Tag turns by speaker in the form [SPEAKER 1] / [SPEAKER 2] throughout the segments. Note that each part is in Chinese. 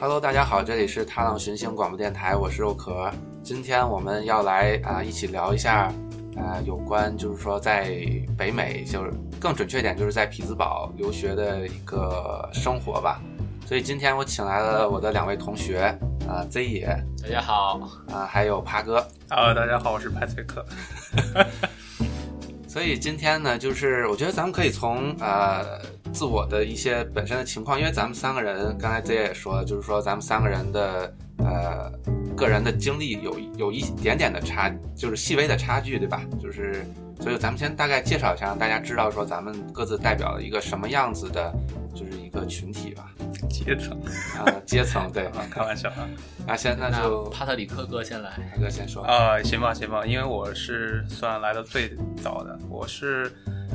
[SPEAKER 1] Hello，大家好，这里是踏浪寻星广播电台，我是肉壳。今天我们要来啊、一起聊一下啊、有关就是说在北美，就是更准确一点，就是在匹兹堡留学的一个生活吧。所以今天我请来了我的两位同学啊、Z 野
[SPEAKER 2] 大家好，
[SPEAKER 1] 啊、还有爬哥。
[SPEAKER 3] 啊，大家好，我是派 崔克。
[SPEAKER 1] 所以今天呢，就是我觉得咱们可以从呃自我的一些本身的情况，因为咱们三个人刚才这也说了，就是说咱们三个人的呃个人的经历有有一点点的差，就是细微的差距，对吧？就是所以咱们先大概介绍一下，让大家知道说咱们各自代表了一个什么样子的，就是一个群体吧，
[SPEAKER 3] 阶层
[SPEAKER 1] 啊、阶层对。
[SPEAKER 3] 啊，开玩笑啊。
[SPEAKER 1] 那先那
[SPEAKER 2] 那
[SPEAKER 1] 就
[SPEAKER 2] 帕特里克哥先来。
[SPEAKER 1] 海哥先说，
[SPEAKER 3] 啊，行吧，行吧，因为我是算来的最早的，我是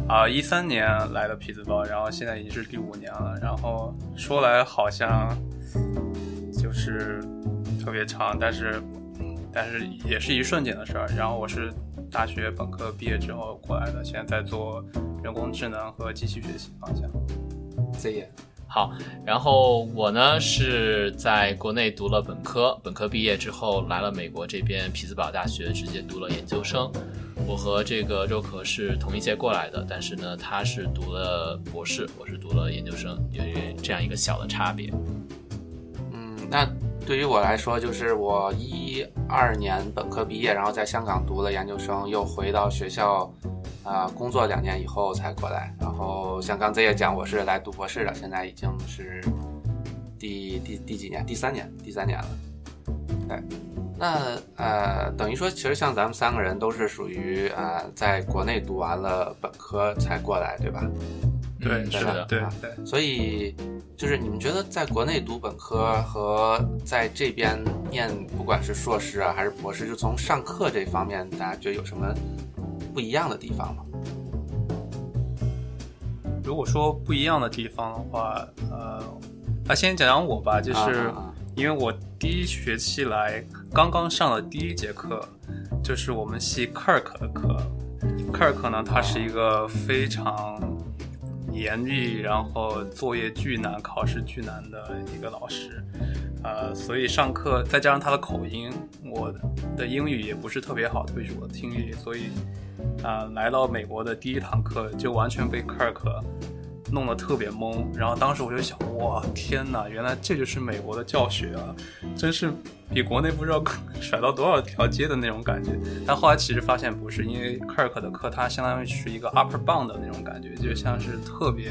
[SPEAKER 3] 啊一三年来的匹兹堡，然后现在已经是第五年了。然后说来好像就是特别长，但是但是也是一瞬间的事儿。然后我是大学本科毕业之后过来的，现在在做人工智能和机器学习方向。
[SPEAKER 1] 这也
[SPEAKER 2] 好，然后我呢是在国内读了本科，本科毕业之后来了美国这边匹兹堡大学，直接读了研究生。我和这个肉壳是同一届过来的，但是呢，他是读了博士，我是读了研究生，有这样一个小的差别。
[SPEAKER 1] 嗯，那对于我来说，就是我一二年本科毕业，然后在香港读了研究生，又回到学校，啊、工作两年以后才过来。然后像刚才也讲，我是来读博士的，现在已经是第第第几年？第三年，第三年了。对，那呃，等于说，其实像咱们三个人都是属于呃，在国内读完了本科才过来，对吧？
[SPEAKER 3] 对，
[SPEAKER 2] 嗯、
[SPEAKER 1] 是
[SPEAKER 2] 是的，
[SPEAKER 3] 对
[SPEAKER 1] 啊
[SPEAKER 3] 对。
[SPEAKER 1] 所以，就是你们觉得在国内读本科和在这边念，不管是硕士啊还是博士，就从上课这方面，大家觉得有什么不一样的地方吗？
[SPEAKER 3] 如果说不一样的地方的话，呃，那先讲讲我吧，就是
[SPEAKER 1] 啊
[SPEAKER 3] 因为我第一学期来刚刚上的第一节课，就是我们系 Kirk 的课。Kirk 呢，他是一个非常严厉，然后作业巨难、考试巨难的一个老师，呃，所以上课再加上他的口音，我的英语也不是特别好，特别是我的听力，所以啊、来到美国的第一堂课就完全被 Kirk 弄得特别懵。然后当时我就想，哇，天哪，原来这就是美国的教学啊，真是比国内不知道甩到多少条街的那种感觉。但后来其实发现不是，因为 Kirk 的课它相当于是一个 upper bound 的那种感觉，就像是特别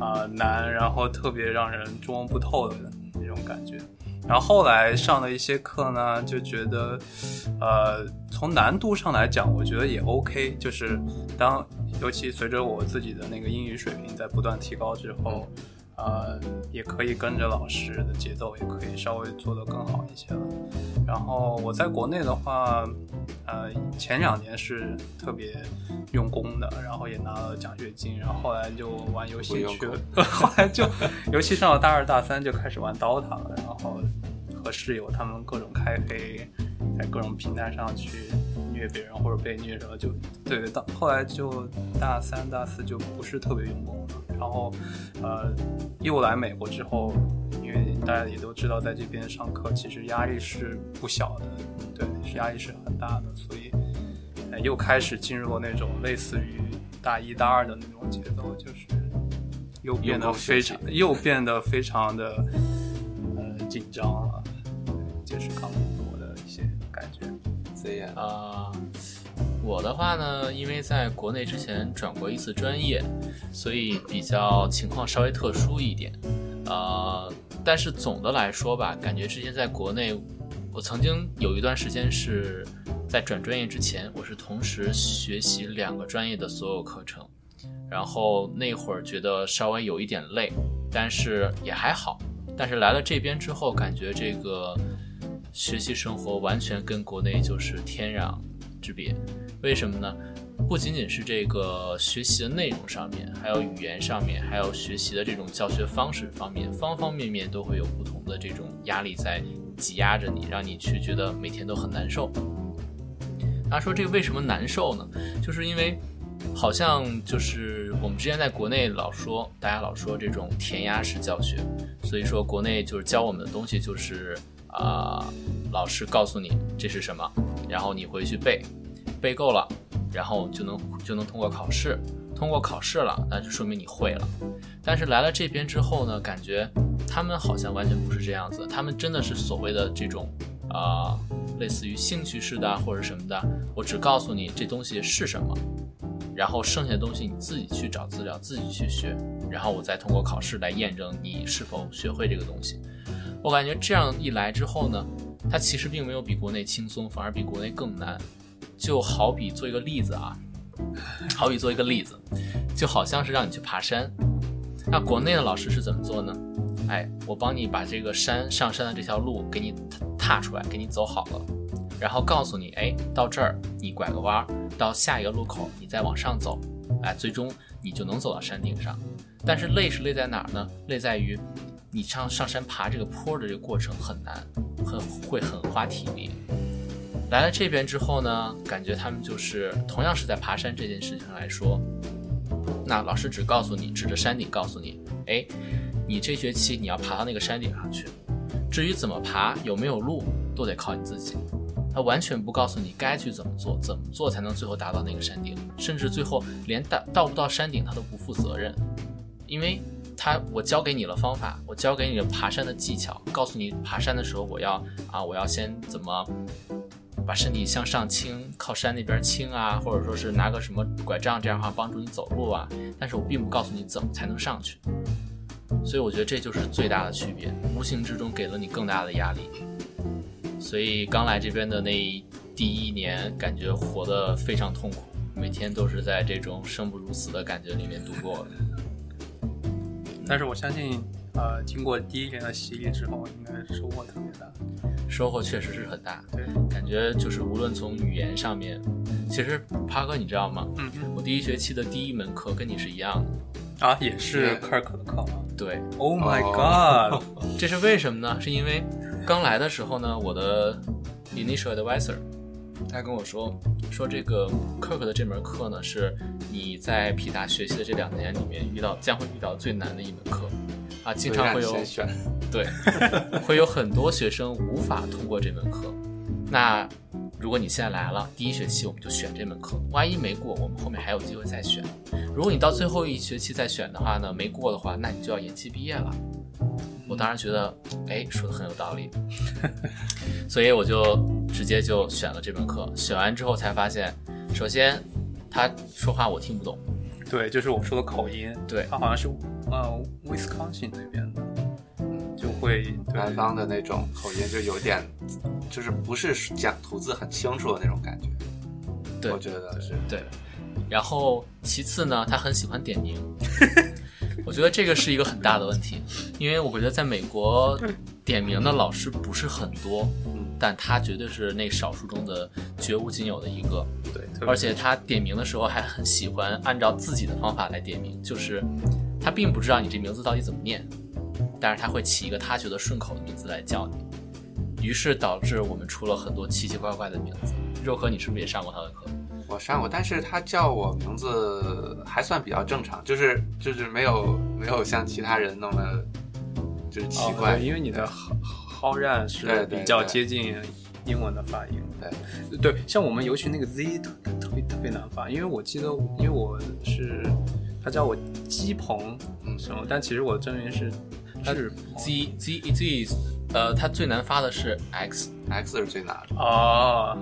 [SPEAKER 3] 啊、难，然后特别让人捉摸不透的那种感觉。然后后来上的一些课呢，就觉得，呃，从难度上来讲，我觉得也 OK。就是当尤其随着我自己的那个英语水平在不断提高之后，呃，也可以跟着老师的节奏，也可以稍微做得更好一些了。然后我在国内的话，呃，前两年是特别用功的，然后也拿了奖学金，然后后来就玩游
[SPEAKER 1] 不
[SPEAKER 3] 戏
[SPEAKER 1] 用
[SPEAKER 3] 去
[SPEAKER 1] 功
[SPEAKER 3] 了， 后来就尤其上了大二大三就开始玩 DOTA 了，然后和室友他们各种开黑，在各种平台上去虐别人或者被虐着，就对，到后来就大三大四就不是特别用功了，然后呃，又来美国之后，因为大家也都知道，在这边上课其实压力是不小的，对，压力是很大的，所以、呃、又开始进入那种类似于大一大二的那种节奏，就是又变得非常又变得非常的呃紧张了，这是刚我的一些感觉。
[SPEAKER 1] 这样
[SPEAKER 2] 啊、我的话呢，因为在国内之前转过一次专业，所以比较情况稍微特殊一点。呃，但是总的来说吧，感觉之前在国内，我曾经有一段时间是在转专业之前，我是同时学习两个专业的所有课程，然后那会儿觉得稍微有一点累，但是也还好。但是来了这边之后，感觉这个学习生活完全跟国内就是天壤之别。为什么呢？不仅仅是这个学习的内容上面，还有语言上面，还有学习的这种教学方式方面，方方面面都会有不同的这种压力在挤压着你，让你去觉得每天都很难受。他说这个为什么难受呢？就是因为好像就是我们之前在国内老说，大家老说这种填鸭式教学，所所以说国内就是教我们的东西就是啊、老师告诉你这是什么，然后你回去背，背够了，然后就能就能通过考试，通过考试了，那就说明你会了。但是来了这边之后呢，感觉他们好像完全不是这样子，他们真的是所谓的这种啊、类似于兴趣式的啊或者什么的，我只告诉你这东西是什么，然后剩下的东西你自己去找资料，自己去学，然后我再通过考试来验证你是否学会这个东西。我感觉这样一来之后呢，它其实并没有比国内轻松，反而比国内更难。就好比做一个例子啊， 好比做一个例子，就好像是让你去爬山。那国内的老师是怎么做呢？哎，我帮你把这个山上山的这条路给你踏踏出来，给你走好了，然后告诉你，哎，到这儿你拐个弯儿，到下一个路口你再往上走，哎，最终你就能走到山顶上。但是累是累在哪儿呢？累在于你上上山爬这个坡的这个过程很难，很会很花体力。来了这边之后呢，感觉他们就是同样是在爬山这件事情上来说，那老师只告诉你，指着山顶告诉你，哎，你这学期你要爬到那个山顶上去。至于怎么爬，有没有路，都得靠你自己。他完全不告诉你该去怎么做，怎么做才能最后达到那个山顶，甚至最后连达到不到山顶他都不负责任，因为他我教给你了方法，我教给你了爬山的技巧，告诉你爬山的时候我要啊，我要先怎么把身体向上倾，靠山那边倾啊，或者说是拿个什么拐杖，这样的话帮助你走路啊。但是我并不告诉你怎么才能上去，所以我觉得这就是最大的区别，无形之中给了你更大的压力。所以刚来这边的那第一年，感觉活得非常痛苦，每天都是在这种生不如死的感觉里面度过的。
[SPEAKER 3] 但是我相信，呃，经过第一年的洗礼之后，应该收获特别大。
[SPEAKER 2] 收获确实是很大，
[SPEAKER 3] 对，
[SPEAKER 2] 感觉就是无论从语言上面，其实趴哥你知道吗？
[SPEAKER 3] 嗯哼，
[SPEAKER 2] 我第一学期的第一门课跟你是一样的，
[SPEAKER 3] 啊，也是
[SPEAKER 1] 是
[SPEAKER 3] 科尔克的课吗
[SPEAKER 2] 对，
[SPEAKER 3] ？Oh my
[SPEAKER 1] 哦
[SPEAKER 3] god！
[SPEAKER 2] 这是为什么呢？是因为刚来的时候呢，我的 initial advisor 他跟我说，说这个 Kirk 的这门课呢，是你在匹达学习的这两年里面遇到将会遇到最难的一门课，啊，经常会有
[SPEAKER 1] 先选，
[SPEAKER 2] 对， 会有很多学生无法通过这门课。那如果你现在来了，第一学期我们就选这门课，万一没过，我们后面还有机会再选。如果你到最后一学期再选的话呢，没过的话，那你就要延期毕业了。我当时觉得，哎，说的很有道理， 所以我就直接就选了这门课。选完之后才发现，首先他说话我听不懂，
[SPEAKER 3] 对，就是我说的口音，
[SPEAKER 2] 对
[SPEAKER 3] 他好像是呃 Wisconsin 那边的，嗯就会对
[SPEAKER 1] 南方的那种口音就有点，就是不是讲吐字很清楚的那种感觉。
[SPEAKER 2] 对
[SPEAKER 1] 我觉得是。
[SPEAKER 2] 对，然后其次呢，他很喜欢点名， 我觉得这个是一个很大的问题，因为我觉得在美国点名的老师不是很多，
[SPEAKER 1] 嗯
[SPEAKER 2] 但他绝对是那少数中的绝无仅有的一个，
[SPEAKER 3] 对，特别
[SPEAKER 1] 哦
[SPEAKER 2] 而且他点名的时候还很喜欢按照自己的方法来点名，就是他并不知道你这名字到底怎么念，但是他会起一个他觉得顺口的名字来叫你，于是导致我们出了很多奇奇怪怪的名字。肉壳，你是不是也上过他的课？
[SPEAKER 1] 我上过，但是他叫我名字还算比较正常，就是就是没有没有像其他人那么就是奇
[SPEAKER 3] 哦
[SPEAKER 1] 怪。
[SPEAKER 3] 对因为你的浩浩然是
[SPEAKER 1] 对对
[SPEAKER 3] 比较
[SPEAKER 1] 对
[SPEAKER 3] 接近英文的发音。
[SPEAKER 1] 对
[SPEAKER 3] 对，像我们尤其那个 Z 特特别特别难发，因为我记得，因为我是他叫我鸡鹏
[SPEAKER 1] 嗯
[SPEAKER 3] 什么，但其实我的真名是
[SPEAKER 2] 他
[SPEAKER 3] 是
[SPEAKER 2] Z Z Z，呃，它最难发的是 X
[SPEAKER 1] X 是最难的，
[SPEAKER 3] 哦，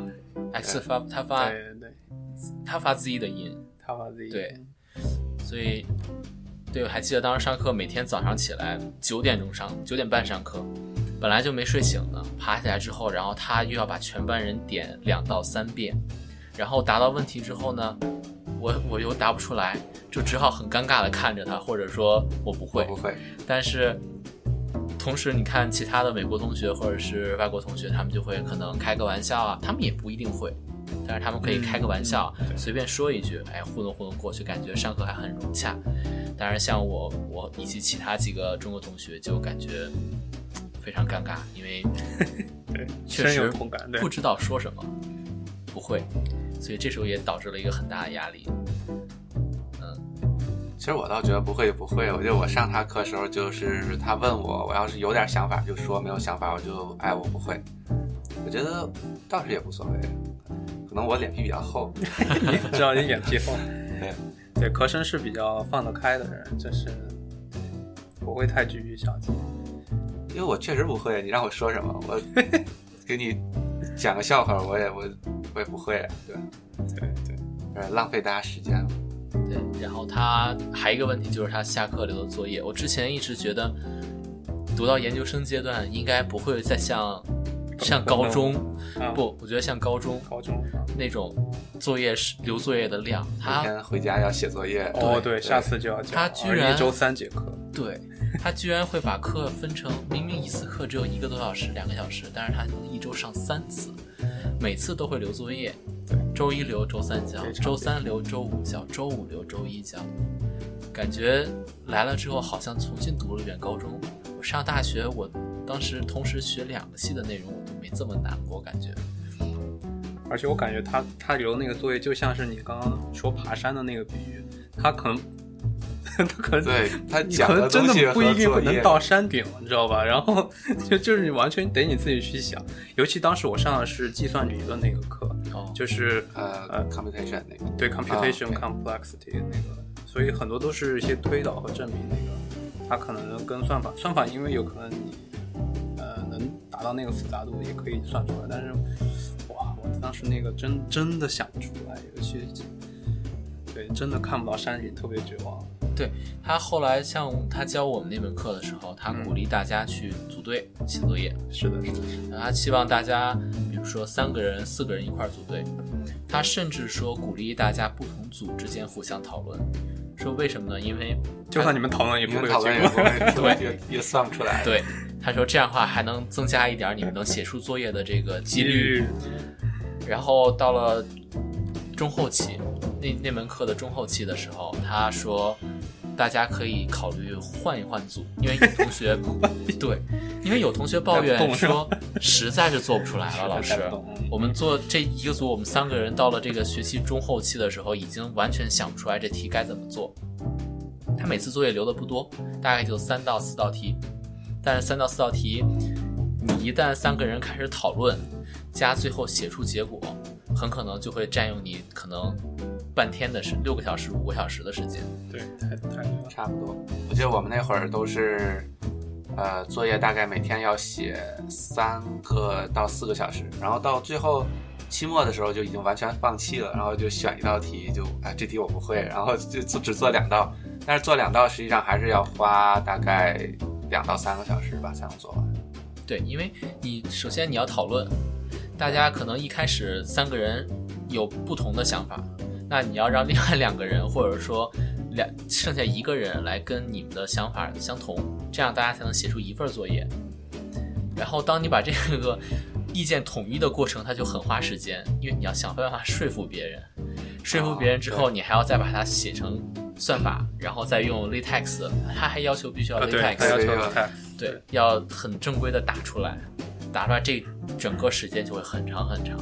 [SPEAKER 2] X 发它发
[SPEAKER 3] 对对对，
[SPEAKER 2] 它发 Z 的音，
[SPEAKER 3] 他把 Z
[SPEAKER 2] 对所以对，我还记得当时上课每天早上起来九点钟上九点半上课，本来就没睡醒呢，爬起来之后，然后他又要把全班人点两到三遍，然后答到问题之后呢，我我又答不出来，就只好很尴尬的看着他，或者说我不会
[SPEAKER 1] 不，会。
[SPEAKER 2] 但是同时，你看其他的美国同学或者是外国同学，他们就会可能开个玩笑啊，他们也不一定会，但是他们可以开个玩笑，
[SPEAKER 3] 嗯对
[SPEAKER 2] 随便说一句，哎，糊弄糊弄过去，感觉上课还很融洽。当然，像我我以及其他几个中国同学就感觉非常尴尬，因 为
[SPEAKER 3] 对，
[SPEAKER 2] 确
[SPEAKER 3] 深有
[SPEAKER 2] 实
[SPEAKER 3] 同感，对
[SPEAKER 2] 不，知道说什么，不会，所以这时候也导致了一个很大的压力。
[SPEAKER 1] 其实我倒觉得不会就不会，我觉得我上他课的时候，就是他问我，我要是有点想法就说，没有想法我就哎我不会。我觉得倒是也无所谓，可能我脸皮比较厚。
[SPEAKER 3] 你 知道你脸皮 厚，
[SPEAKER 1] 对，
[SPEAKER 3] 对，科生是比较放得开的人，就是不会太拘于小节。
[SPEAKER 1] 因为我确实不会，你让我说什么，我 给你讲个笑话，我也我我也不会，啊对，
[SPEAKER 3] 对对，
[SPEAKER 1] 有点浪费大家时间了。
[SPEAKER 2] 对，然后他还有一个问题就是他下课留的作业，我之前一直觉得读到研究生阶段应该不会再像像高中，
[SPEAKER 3] 啊，
[SPEAKER 2] 不，我觉得像高中
[SPEAKER 3] 高中啊
[SPEAKER 2] 那种作业是留作业的量，
[SPEAKER 1] 每
[SPEAKER 2] 他
[SPEAKER 1] 天回家要写作业，
[SPEAKER 3] 哦，对，
[SPEAKER 1] 对
[SPEAKER 3] 下次就要讲。
[SPEAKER 2] 他居然
[SPEAKER 3] 一周三节课，
[SPEAKER 2] 对他居然会把课分成，明明一次课只有一个多小时、两个小时，但是他一周上三次，每次都会留作业，
[SPEAKER 3] 对，
[SPEAKER 2] 周一留，周三交
[SPEAKER 3] 非，常
[SPEAKER 2] 周三留，周五交，周五留，周一交，感觉来了之后好像重新读了一遍高中。我上大学，我当时同时学两个系的内容，我都没这么难过，感觉。
[SPEAKER 3] 而且我感觉他他留那个作业就像是你刚刚说爬山的那个比喻，他可能 他可能
[SPEAKER 1] 对他
[SPEAKER 3] 你
[SPEAKER 1] 讲
[SPEAKER 3] 可能
[SPEAKER 1] 的
[SPEAKER 3] 真
[SPEAKER 1] 东西
[SPEAKER 3] 的
[SPEAKER 1] 和
[SPEAKER 3] 不一定
[SPEAKER 1] 作
[SPEAKER 3] 能
[SPEAKER 1] 业，
[SPEAKER 3] 到山顶，你知道吧？然后 就就是你完全得你自己去想，尤其当时我上的是计算理论那个课，
[SPEAKER 2] 哦，
[SPEAKER 3] 就是嗯
[SPEAKER 1] 呃，computation 那个，
[SPEAKER 3] 对 computation
[SPEAKER 1] 对
[SPEAKER 3] complexity 那个，所以很多都是一些推导和证明那个，它可能跟算法，算法因为有可能你呃能达到那个复杂度也可以算出来，但是哇，我当时那个真真的想不出来，尤其对真的看不到山顶，特别绝望。
[SPEAKER 2] 他后来像他教我们那门课的时候，他
[SPEAKER 3] 嗯
[SPEAKER 2] 鼓励大家去组队写作业，
[SPEAKER 3] 是的，是的，是的，
[SPEAKER 2] 然后他希望大家，比如说三个人、四个人一块儿组队。他甚至说鼓励大家不同组之间互相讨论，说为什么呢？因为
[SPEAKER 3] 就算你们讨论也
[SPEAKER 1] 你
[SPEAKER 3] 不
[SPEAKER 1] 们
[SPEAKER 3] 会
[SPEAKER 1] 讨
[SPEAKER 3] 有
[SPEAKER 1] 论
[SPEAKER 3] 结
[SPEAKER 1] 也
[SPEAKER 3] 果
[SPEAKER 1] 不。 会，也也算不出来。
[SPEAKER 2] 对他说这样的话还能增加一点你们能写出作业的这个 几率。然后到了中后期，那那门课的中后期的时候，他说大家可以考虑换一换组，因为有同学对，因为有同学抱
[SPEAKER 3] 带不
[SPEAKER 2] 怨
[SPEAKER 3] 动是吧
[SPEAKER 2] 说实在是做不出来了，老师
[SPEAKER 3] 带。不动
[SPEAKER 2] 我们做这一个组，我们三个人到了这个学期中后期的时候，已经完全想不出来这题该怎么做。他每次作业留的不多，大概就三到四道题，但是三到四道题，你一旦三个人开始讨论，加最后写出结果，很可能就会占用你可能半天的时六个小时、五个小时的时间。
[SPEAKER 3] 对，太太绝了。
[SPEAKER 1] 差不多。我记得我们那会儿都是，呃，作业大概每天要写三个到四个小时，然后到最后期末的时候就已经完全放弃了，然后就选一道题就，哎，这题我不会，然后就 就只做两道，但是做两道实际上还是要花大概两到三个小时吧才能做完。
[SPEAKER 2] 对，因为你首先你要讨论，大家可能一开始三个人有不同的想法，那你要让另外两个人，或者说两剩下一个人来跟你们的想法相同，这样大家才能写出一份作业。然后当你把这个意见统一的过程，它就很花时间，因为你要想办法说服别人，说服别人之
[SPEAKER 3] 哦
[SPEAKER 2] 后，你还要再把它写成算法，然后再用 LaTeX，它还要求必须要
[SPEAKER 3] 啊，对，
[SPEAKER 2] LaTeX，、
[SPEAKER 3] 他要求
[SPEAKER 1] 对吧
[SPEAKER 3] LaTeX，
[SPEAKER 2] 对，要很正规的打出来，打出来这整个时间就会很长很长。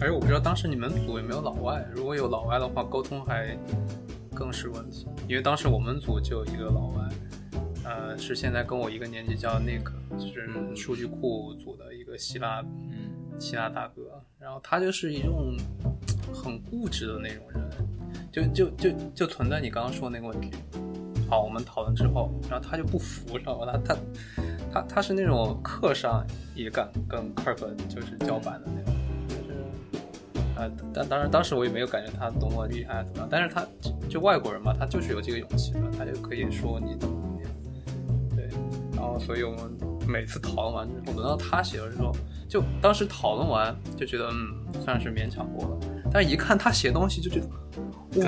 [SPEAKER 3] 而且我不知道当时你们组有没有老外，如果有老外的话，沟通还更是问题。因为当时我们组就有一个老外，呃，是现在跟我一个年级叫 Nick，就是
[SPEAKER 1] 嗯
[SPEAKER 3] 数据库组的一个希腊
[SPEAKER 2] 嗯，
[SPEAKER 3] 希腊大哥，然后他就是一种很固执的那种人，就就就就存在你刚刚说的那个问题。好，我们讨论之后，然后他就不服，知道吧？他他他他是那种课上也敢跟 Kirk 就是叫板的那种，就是呃，但当然当时我也没有感觉他多么厉害怎么样，但是他就就外国人嘛，他就是有这个勇气的，他就可以说你怎么怎么样。对，然后所以我们每次讨论完之后，轮到他写的时候，就当时讨论完就觉得嗯，算是勉强过了，但是一看他写东西就觉得，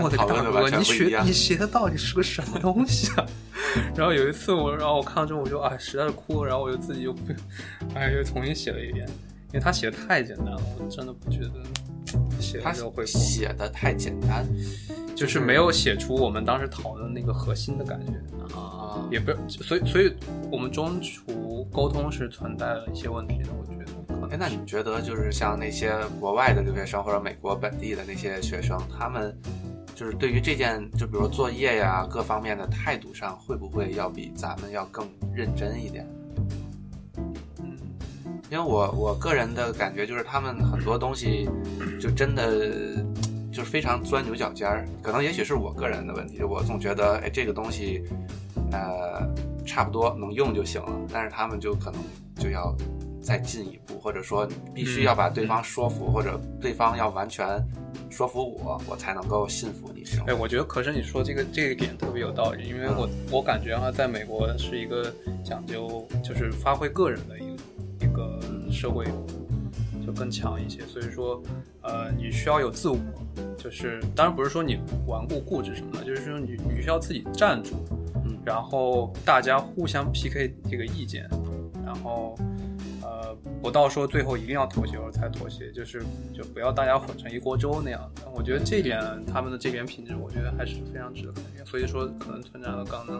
[SPEAKER 3] 我的
[SPEAKER 1] 跟讨
[SPEAKER 3] 大
[SPEAKER 1] 论的完
[SPEAKER 3] 哥，
[SPEAKER 1] 全
[SPEAKER 3] 你
[SPEAKER 1] 不一
[SPEAKER 3] 学
[SPEAKER 1] 样
[SPEAKER 3] 你写的到底是个什么东西啊？ 然后有一次我，然后我看到之后我就啊，实在是哭了，然后我就自己又不， 哎，又重新写了一遍，因为他写的太简单了，我真的不觉得写
[SPEAKER 1] 他
[SPEAKER 3] 的就会过，
[SPEAKER 1] 写的太简单
[SPEAKER 3] 就是没有写出我们当时讨论那个核心的感觉。
[SPEAKER 2] 啊，
[SPEAKER 1] 啊，
[SPEAKER 3] 也不要，所以所以我们中途沟通是存在了一些问题的，我觉得可
[SPEAKER 1] 哎，
[SPEAKER 3] 能
[SPEAKER 1] 那你觉得就是像那些国外的留学生或者美国本地的那些学生，他们就是对于这件，就比如作业呀各方面的态度上，会不会要比咱们要更认真一点？嗯，因为我我个人的感觉就是他们很多东西就真的就是非常钻牛角尖儿，可能也许是我个人的问题，就我总觉得哎这个东西呃差不多能用就行了，但是他们就可能就要再进一步，或者说必须要把对方说服，或者对方要完全说服我，我才能够信服你这种
[SPEAKER 3] 哎，。我觉得可是你说这个这个点特别有道理，因为我我感觉哈、在美国是一个讲究就是发挥个人的一个一个社会就更强一些，所以说呃你需要有自我，就是当然不是说你顽固固执什么的，就是说你你需要自己站住，
[SPEAKER 1] 嗯
[SPEAKER 3] 然后大家互相 PK 这个意见，然后呃，不到说最后一定要妥协而才妥协，就是就不要大家混成一锅粥那样的。我觉得这点他们的这边品质，我觉得还是非常值得肯定。所以说，可能村长的刚刚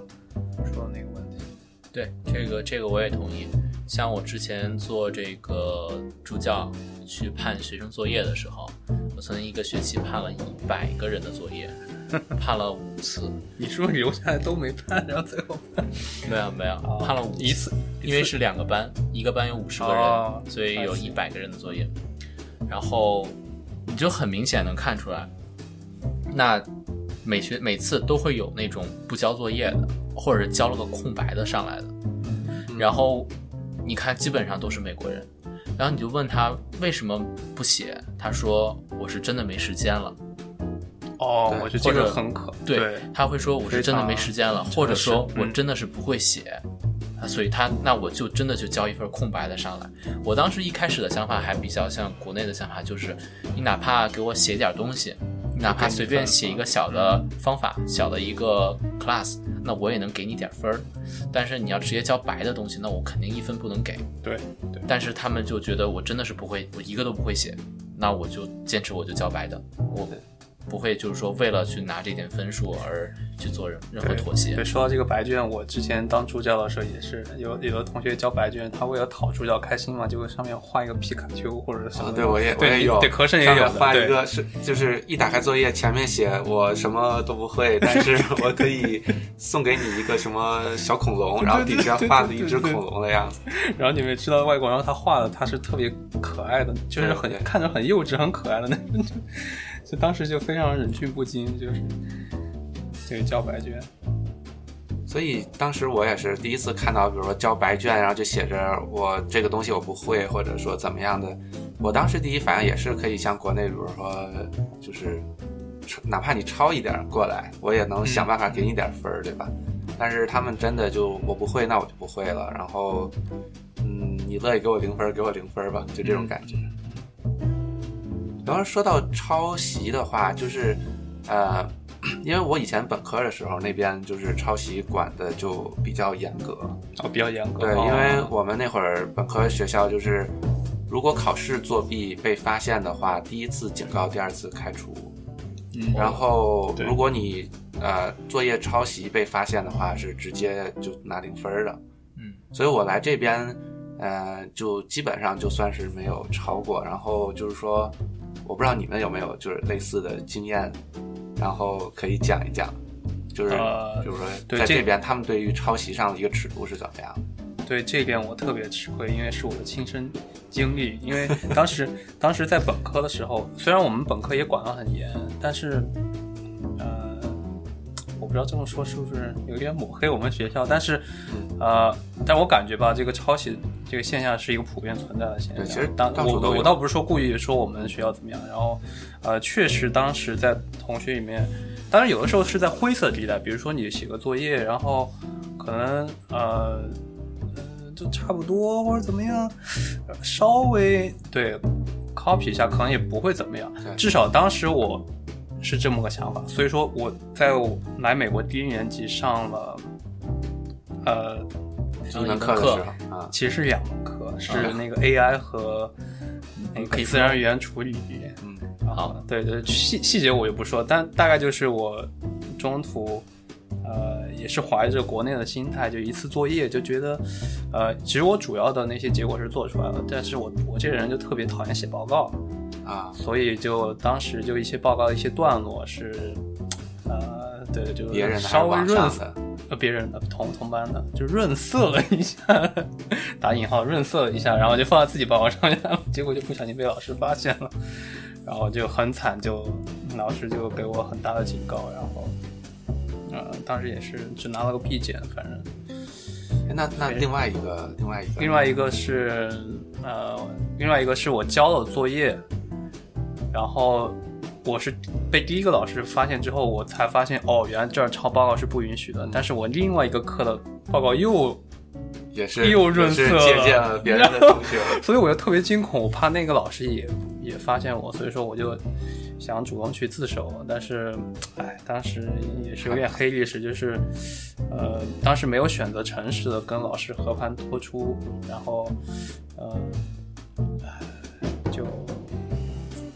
[SPEAKER 3] 说的那个问题，
[SPEAKER 2] 对，这个这个我也同意。像我之前做这个助教去判学生作业的时候，我曾经一个学期判了一百个人的作业，判了五次，
[SPEAKER 3] 你是不是留下来都没判，然后最后判
[SPEAKER 2] 没有没有，判了五
[SPEAKER 3] 哦一次，
[SPEAKER 2] 因为是两个班，一个班有五十个人，
[SPEAKER 3] 哦
[SPEAKER 2] 所以有
[SPEAKER 3] I see
[SPEAKER 2] 一百个人的作业，然后你就很明显能看出来，那每学每次都会有那种不交作业的，或者是交了个空白的上来的，
[SPEAKER 3] 嗯
[SPEAKER 2] 然后你看基本上都是美国人，然后你就问他为什么不写，他说我是真的没时间了，
[SPEAKER 3] 哦
[SPEAKER 1] 对，
[SPEAKER 3] 我觉得这
[SPEAKER 2] 或
[SPEAKER 3] 个
[SPEAKER 2] 者
[SPEAKER 3] 很可
[SPEAKER 2] 对，他会说我是真的没时间了，或者说
[SPEAKER 3] 是嗯
[SPEAKER 2] 我真的是不会写，啊所以他那我就真的就交一份空白的上来。我当时一开始的想法还比较像国内的想法，就是你哪怕给我写点东西，你哪怕随便写一个小的方法、小的一个 class，那我也能给你点分儿。但是你要直接交白的东西，那我肯定一分不能给。
[SPEAKER 3] 对对
[SPEAKER 2] 但是他们就觉得我真的是不会，我一个都不会写，那我就坚持我就交白的，我
[SPEAKER 1] 对
[SPEAKER 2] 不会就是说为了去拿这点分数而去做任任何妥协
[SPEAKER 3] 对，。说到这个白卷，我之前当助教的时候也是有有的同学交白卷，他为了讨助教开心嘛，就会上面画一个皮卡丘或者什么
[SPEAKER 1] 啊，
[SPEAKER 3] 的。
[SPEAKER 1] 对，我也我
[SPEAKER 3] 嗯对
[SPEAKER 1] 也
[SPEAKER 3] 你
[SPEAKER 1] 有，
[SPEAKER 3] 对和珅也
[SPEAKER 1] 上
[SPEAKER 3] 有
[SPEAKER 1] 面
[SPEAKER 3] 的
[SPEAKER 1] 画
[SPEAKER 3] 对
[SPEAKER 1] 一个是，就是一打开作业，前面写我什么都不会，但 是我可以送给你一个什么小恐龙，然后底下画了一只恐龙的样子。
[SPEAKER 3] 然后你们知道外国，然后他画的他是特别可爱的，就是很
[SPEAKER 1] 对对
[SPEAKER 3] 看着很幼稚、很可爱的那种，就就当时就非常忍俊不禁，就是这个交白卷。
[SPEAKER 1] 所以当时我也是第一次看到，比如说交白卷，然后就写着我这个东西我不会，或者说怎么样的。我当时第一反应也是可以像国内，比如说就是哪怕你抄一点过来，我也能
[SPEAKER 3] 嗯
[SPEAKER 1] 想办法给你点分儿，对吧？但是他们真的就我不会，那我就不会了。然后，嗯，你乐意给我零分儿，给我零分儿吧，就这种感觉。然后说到抄袭的话，就是，呃， 因为我以前本科的时候，那边就是抄袭管的就比较严格，
[SPEAKER 3] 哦，比较严格。
[SPEAKER 1] 对，
[SPEAKER 3] 哦
[SPEAKER 1] 因为我们那会儿本科学校就是，如果考试作弊被发现的话，第一次警告，第二次开除。
[SPEAKER 3] 嗯
[SPEAKER 1] 然后
[SPEAKER 3] 对
[SPEAKER 1] 如果你呃作业抄袭被发现的话，是直接就拿零分儿的。
[SPEAKER 2] 嗯，
[SPEAKER 1] 所以我来这边，呃，就基本上就算是没有超过。然后就是说，我不知道你们有没有就是类似的经验，然后可以讲一讲，就是、
[SPEAKER 3] 呃
[SPEAKER 1] 比如说
[SPEAKER 3] 对
[SPEAKER 1] 在
[SPEAKER 3] 这
[SPEAKER 1] 这边他们对于抄袭上的一个尺度是怎么样的？
[SPEAKER 3] 对这一点我特别吃亏，因为是我的亲身经历。因为当时当时在本科的时候，虽然我们本科也管得很严，但是，呃，我不知道这么说是不是有点抹黑我们学校，但是，呃，但我感觉吧，这个抄袭这个现象是一个普遍存在的现象。
[SPEAKER 1] 对其实
[SPEAKER 3] 当
[SPEAKER 1] 到处
[SPEAKER 3] 我
[SPEAKER 1] 都有
[SPEAKER 3] 我倒不是说故意说我们学校怎么样，然后，呃，确实当时在同学里面。当然，有的时候是在灰色地带，比如说你写个作业，然后可能呃呃，就差不多或者怎么样，呃稍微对 copy 一下，可能也不会怎么样
[SPEAKER 1] 对。
[SPEAKER 3] 至少当时我是这么个想法，所以说我在我来美国第一年级上了，呃，
[SPEAKER 2] 上
[SPEAKER 1] 一
[SPEAKER 2] 一
[SPEAKER 1] 门
[SPEAKER 2] 门
[SPEAKER 1] 课的
[SPEAKER 2] 课
[SPEAKER 1] 时候啊，
[SPEAKER 3] 其实是两门课，是
[SPEAKER 1] 啊
[SPEAKER 3] 那个 AI 和那
[SPEAKER 2] 可
[SPEAKER 3] 个
[SPEAKER 2] 以
[SPEAKER 3] 自然语言处理。
[SPEAKER 1] 嗯，
[SPEAKER 3] 啊，对对，细细节我就不说，但大概就是我中途，呃，也是怀着国内的心态，就一次作业就觉得，呃，其实我主要的那些结果是做出来了，但是我我这个人就特别讨厌写报告，
[SPEAKER 1] 啊，
[SPEAKER 3] 所以就当时就一些报告一些段落是呃，对，就
[SPEAKER 1] 别人的还
[SPEAKER 3] 稍
[SPEAKER 1] 是
[SPEAKER 3] 微
[SPEAKER 1] 网
[SPEAKER 3] 润
[SPEAKER 1] 上
[SPEAKER 3] 色，
[SPEAKER 1] 的，
[SPEAKER 3] 呃，别人的同同班的，就润色了一下，打引号润色了一下，然后就放在自己包包上面，结果就不小心被老师发现了，然后就很惨，就老师就给我很大的警告，然后，呃，当时也是只拿了个 B 减，反正。
[SPEAKER 1] 哎那那另外一个另外一个
[SPEAKER 3] 另外一个是呃，另外一个是我交了作业，然后我是被第一个老师发现之后，我才发现哦，原来这儿抄报告是不允许的。但是我另外一个课的报告又，
[SPEAKER 1] 也是
[SPEAKER 3] 又润色
[SPEAKER 1] 也是
[SPEAKER 3] 了
[SPEAKER 1] 借鉴了别人的同 学，
[SPEAKER 3] 所以我就特别惊恐，我怕那个老师也也发现我，所以说我就想主动去自首。但是，哎，当时也是有点黑历史，就是呃，当时没有选择诚实的跟老师和盘托出，然后呃，唉就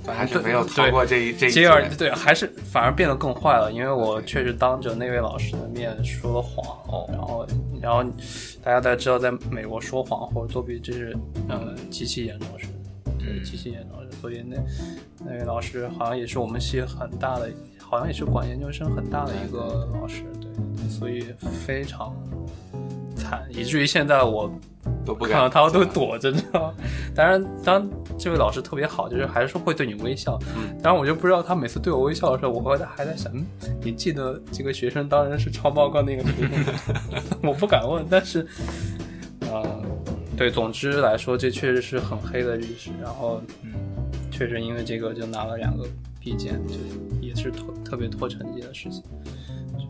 [SPEAKER 3] 反正
[SPEAKER 1] 还是
[SPEAKER 3] 对
[SPEAKER 1] 没有逃过这一这一
[SPEAKER 3] 接
[SPEAKER 1] 劫。
[SPEAKER 3] 二对，还是反而变得更坏了，因为我确实当着那位老师的面说了谎，然后然后大家都知道，在美国说谎或者作弊，这是呃极其严重的事，对，
[SPEAKER 2] 嗯
[SPEAKER 3] 极其严重的事。所以那那位老师好像也是我们系很大的，好像也是管研究生很大的一个
[SPEAKER 1] 嗯
[SPEAKER 3] 老师，对，所以非常惨，以至于现在我
[SPEAKER 1] 都不
[SPEAKER 3] 看到
[SPEAKER 1] 敢，
[SPEAKER 3] 他都躲着，你知道吗？当然，当然这位老师特别好，就是还是会对你微笑。
[SPEAKER 1] 嗯
[SPEAKER 3] 当然，我就不知道他每次对我微笑的时候，我还在还在想，嗯，你记得这个学生当然是抄报告那个学生吗，我不敢问。但是，呃，对，总之来说，这确实是很黑的历史。然后，
[SPEAKER 2] 嗯，
[SPEAKER 3] 确实因为这个就拿了两个 B 减，就是也是拖特别拖成绩的事情。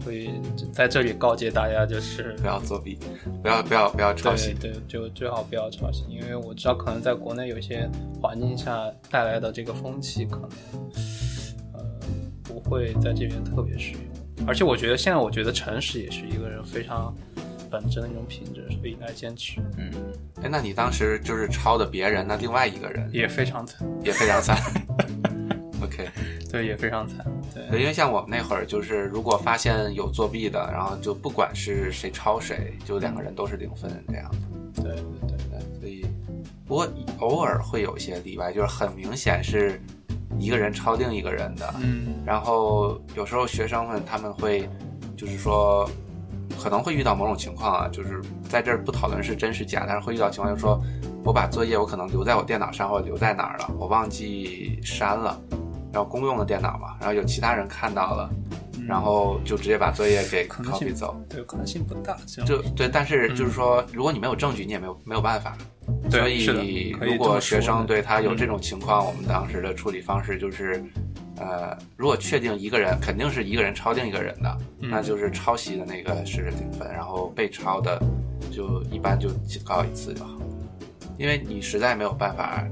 [SPEAKER 3] 所以在这里告诫大家，就是
[SPEAKER 1] 不要作弊，不要不要不要抄袭。
[SPEAKER 3] 对对，就最好不要抄袭，因为我知道可能在国内有些环境下带来的这个风气，可能呃不会在这边特别适用。而且我觉得现在，我觉得诚实也是一个人非常本质的一种品质，所以应该坚持，
[SPEAKER 2] 嗯，
[SPEAKER 1] 哎，那你当时就是抄的别人，那另外一个人
[SPEAKER 3] 也非常惨，
[SPEAKER 1] 也非常惨。OK，
[SPEAKER 3] 对，也非常惨，
[SPEAKER 1] 因
[SPEAKER 3] 对，
[SPEAKER 1] 为像我们那会儿，就是如果发现有作弊的，然后就不管是谁抄谁，就两个人都是零分这样。
[SPEAKER 3] 对对对，
[SPEAKER 1] 对，所以不过偶尔会有一些例外，就是很明显是一个人抄另一个人的，
[SPEAKER 3] 嗯
[SPEAKER 1] 然后有时候学生们他们会，就是说，可能会遇到某种情况啊，就是在这儿不讨论是真是假，但是会遇到情况，就是说我把作业我可能留在我电脑上或者留在哪儿了，我忘记删了，然后公用的电脑嘛，然后有其他人看到了，然后就直接把作业给
[SPEAKER 3] 嗯可能性
[SPEAKER 1] copy 走。
[SPEAKER 3] 对，可能性不大，这样
[SPEAKER 1] 就对，但是就是
[SPEAKER 3] 嗯
[SPEAKER 1] 说，如果你没有证据，你也没有没有办法。
[SPEAKER 3] 对
[SPEAKER 1] 所
[SPEAKER 3] 是的
[SPEAKER 1] 以，
[SPEAKER 3] 可以
[SPEAKER 1] 如
[SPEAKER 3] 这
[SPEAKER 1] 果
[SPEAKER 3] 么
[SPEAKER 1] 学
[SPEAKER 3] 说
[SPEAKER 1] 生
[SPEAKER 3] 的
[SPEAKER 1] 对他有这
[SPEAKER 3] 嗯
[SPEAKER 1] 种情况，我们当时的处理方式就是，呃，如果确定一个人肯定是一个人抄定一个人的，
[SPEAKER 3] 嗯
[SPEAKER 1] 那就是抄袭的那个是零分，然后被抄的就一般就警告一次就好，因为你实在没有办法，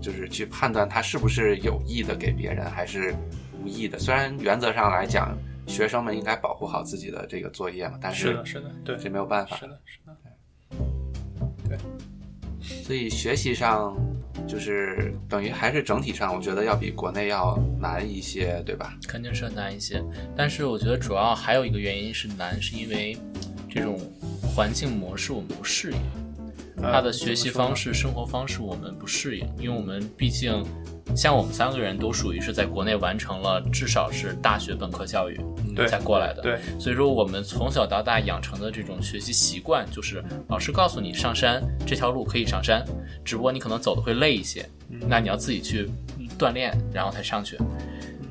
[SPEAKER 1] 就是去判断他是不是有意的给别人还是无意的。虽然原则上来讲，学生们应该保护好自己的这个作业嘛，但
[SPEAKER 3] 是
[SPEAKER 1] 是
[SPEAKER 3] 的，是的，对，
[SPEAKER 1] 这没有办法。
[SPEAKER 3] 是的，是的，
[SPEAKER 1] 所以学习上就是等于还是整体上，我觉得要比国内要难一些，对吧？
[SPEAKER 2] 肯定是很难一些。但是我觉得主要还有一个原因是难，是因为这种环境模式我们不适应。
[SPEAKER 3] 呃
[SPEAKER 2] 他的
[SPEAKER 3] 怎
[SPEAKER 2] 学
[SPEAKER 3] 么
[SPEAKER 2] 习
[SPEAKER 3] 说呢
[SPEAKER 2] 方式、生活方式我们不适应，因为我们毕竟像我们三个人都属于是在国内完成了至少是大学本科教育
[SPEAKER 3] 对
[SPEAKER 2] 才过来的，
[SPEAKER 3] 对，
[SPEAKER 2] 所以说我们从小到大养成的这种学习习惯，就是老师告诉你上山这条路可以上山，只不过你可能走的会累一些，
[SPEAKER 3] 嗯
[SPEAKER 2] 那你要自己去锻炼，然后才上去。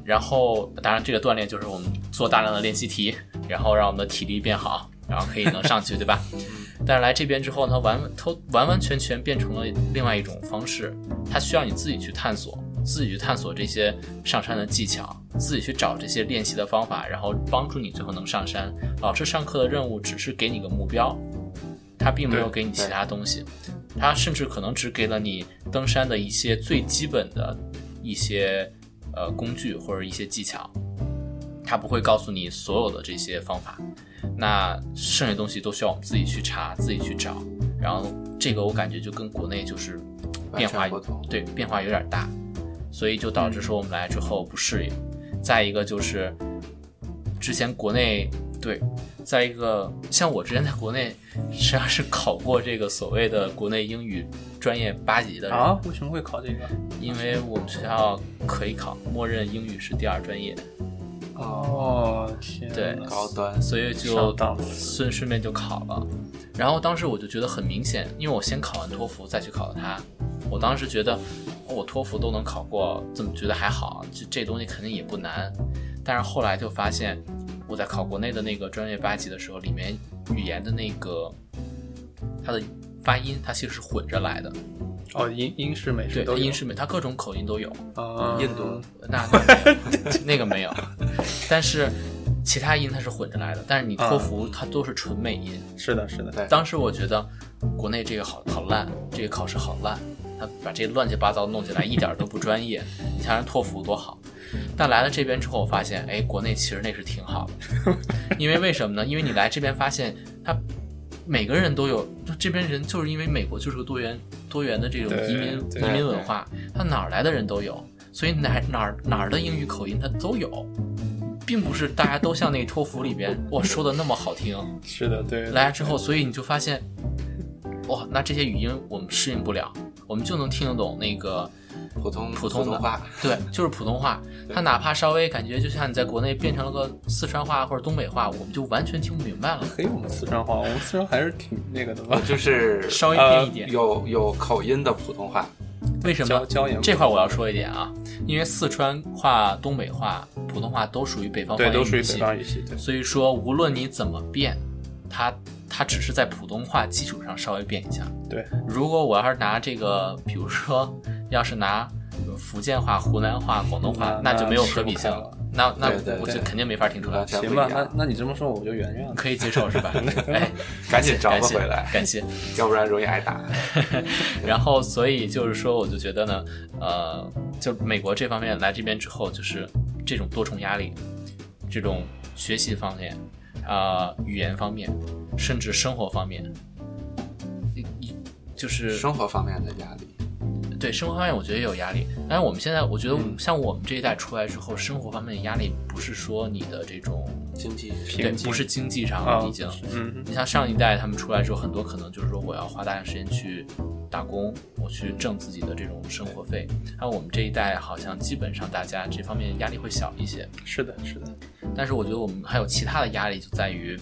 [SPEAKER 2] 然后，当然这个锻炼就是我们做大量的练习题，然后让我们的体力变好，然后可以能上去，对吧？ 但是来这边之后呢，完它完完全全变成了另外一种方式，它需要你自己去探索，自己去探索这些上山的技巧，自己去找这些练习的方法，然后帮助你最后能上山。老师上课的任务只是给你个目标，他并没有给
[SPEAKER 3] 对
[SPEAKER 2] 你其
[SPEAKER 1] 对
[SPEAKER 2] 他东西，他甚至可能只给了你登山的一些最基本的一些呃工具或者一些技巧，他不会告诉你所有的这些方法。那剩下的东西都需要我们自己去查、自己去找。然后这个我感觉就跟国内就是
[SPEAKER 1] 完
[SPEAKER 2] 变
[SPEAKER 1] 全
[SPEAKER 2] 化
[SPEAKER 1] 不同。嗯
[SPEAKER 2] 对变化有点大，所以就导致说我们来之后不适应。再一个就是之前国内对，再一个像我之前在国内实际上是考过这个所谓的国内英语专业八级的人，
[SPEAKER 3] 啊，为什么会考这个？
[SPEAKER 2] 因为我们学校可以考，默认英语是第二专业。
[SPEAKER 3] 哦，天，
[SPEAKER 2] 对，
[SPEAKER 1] 高端，
[SPEAKER 2] 所以
[SPEAKER 3] 上
[SPEAKER 2] 就
[SPEAKER 3] 当了
[SPEAKER 2] 顺顺便就考了。然后当时我就觉得很明显，因为我先考完托福再去考的它，我当时觉得、哦我托福都能考过，怎么觉得还好？这这东西肯定也不难。但是后来就发现，我在考国内的那个专业八级的时候，里面语言的那个它的发音，它其实是混着来的，
[SPEAKER 3] 哦，英英式美式
[SPEAKER 2] 对，
[SPEAKER 3] 都
[SPEAKER 2] 它
[SPEAKER 3] 有
[SPEAKER 2] 英式美，它各种口音 都有。
[SPEAKER 3] 啊，
[SPEAKER 1] 嗯印度
[SPEAKER 2] 那那没有那个没有，但是其他音它是混着来的，但是你托福
[SPEAKER 3] 嗯
[SPEAKER 2] 它都是纯美音。
[SPEAKER 3] 是的，是的，
[SPEAKER 1] 对
[SPEAKER 2] 当时我觉得国内这个好好烂，这个考试好烂，他把这乱七八糟弄起来一点儿都不专业。 你想想托福多好，但来了这边之后，我发现，哎，国内其实那是挺好的， 因为为什么呢？因为你来这边发现他。每个人都有，就这边人就是因为美国就是个多元多元的这种移民
[SPEAKER 3] 对对
[SPEAKER 2] 移民文化，他哪儿来的人都有，所以哪哪儿哪儿的英语口音他都有，并不是大家都像那托福里边我说的那么好听，
[SPEAKER 3] 是的，对，
[SPEAKER 2] 来了之后，所以你就发现，哇，那这些语音我们适应不了，我们就能听得懂那个，
[SPEAKER 1] 普通
[SPEAKER 2] 普通的
[SPEAKER 1] 话，
[SPEAKER 2] 对，就是普通话。它哪怕稍微感觉就像你在国内变成了个四川话或者东北话，我们就完全听不明白了，
[SPEAKER 3] 嘿，我们四川话，我们四川还是挺那个的吧，
[SPEAKER 1] 就是呃
[SPEAKER 2] 稍微
[SPEAKER 3] 呃
[SPEAKER 2] 变一点。
[SPEAKER 1] 有有口音的普通话，
[SPEAKER 2] 为什
[SPEAKER 3] 椒
[SPEAKER 2] 么？
[SPEAKER 3] 椒盐
[SPEAKER 2] 这块我要说一点啊，因为四川话、东北话、普通话都属于北方方
[SPEAKER 3] 对，
[SPEAKER 2] 言
[SPEAKER 3] 都属于
[SPEAKER 2] 语
[SPEAKER 3] 北
[SPEAKER 2] 系，
[SPEAKER 3] 方语系，对，
[SPEAKER 2] 所以说无论你怎么变，它它只是在普通话基础上稍微变一下。
[SPEAKER 3] 对，
[SPEAKER 2] 如果我要是拿这个，比如说，要是拿福建话、湖南话、广东话，
[SPEAKER 3] 那
[SPEAKER 2] 那就没有可比性
[SPEAKER 3] 那吃不
[SPEAKER 2] 了。那那
[SPEAKER 1] 对对
[SPEAKER 2] 我
[SPEAKER 1] 对
[SPEAKER 2] 就肯定没法听出来
[SPEAKER 1] 完，全不
[SPEAKER 3] 行
[SPEAKER 1] 一
[SPEAKER 3] 吧
[SPEAKER 1] 样，。
[SPEAKER 3] 那那你这么说我就原谅了。
[SPEAKER 2] 可以接 受是吧？哎，
[SPEAKER 1] 赶紧找
[SPEAKER 2] 感
[SPEAKER 1] 我
[SPEAKER 2] 谢
[SPEAKER 1] 回来，，
[SPEAKER 2] 感谢。
[SPEAKER 1] 要不然容易挨打。
[SPEAKER 2] 然后，所以就是说，我就觉得呢，呃，就美国这方面来这边之后，就是这种多重压力，这种学习方面，啊、语言方面，甚至生活方面，一一就是
[SPEAKER 1] 生活方面的压力，
[SPEAKER 2] 对生活方面，我觉得也有压力。但是我们现在，我觉得
[SPEAKER 1] 嗯
[SPEAKER 2] 像我们这一代出来之后，生活方面的压力不是说你的这种，
[SPEAKER 1] 经济
[SPEAKER 2] 对
[SPEAKER 3] 平，静
[SPEAKER 2] 不是经济
[SPEAKER 3] 啊
[SPEAKER 2] 上已经。
[SPEAKER 3] 嗯，
[SPEAKER 2] 你像上一代他们出来之后，很多可能就是说我要花大量时间去打工，我去挣自己的这种生活费。那我们这一代好像基本上大家这方面压力会小一些，
[SPEAKER 3] 是的，是的，
[SPEAKER 2] 但是我觉得我们还有其他的压力，就在于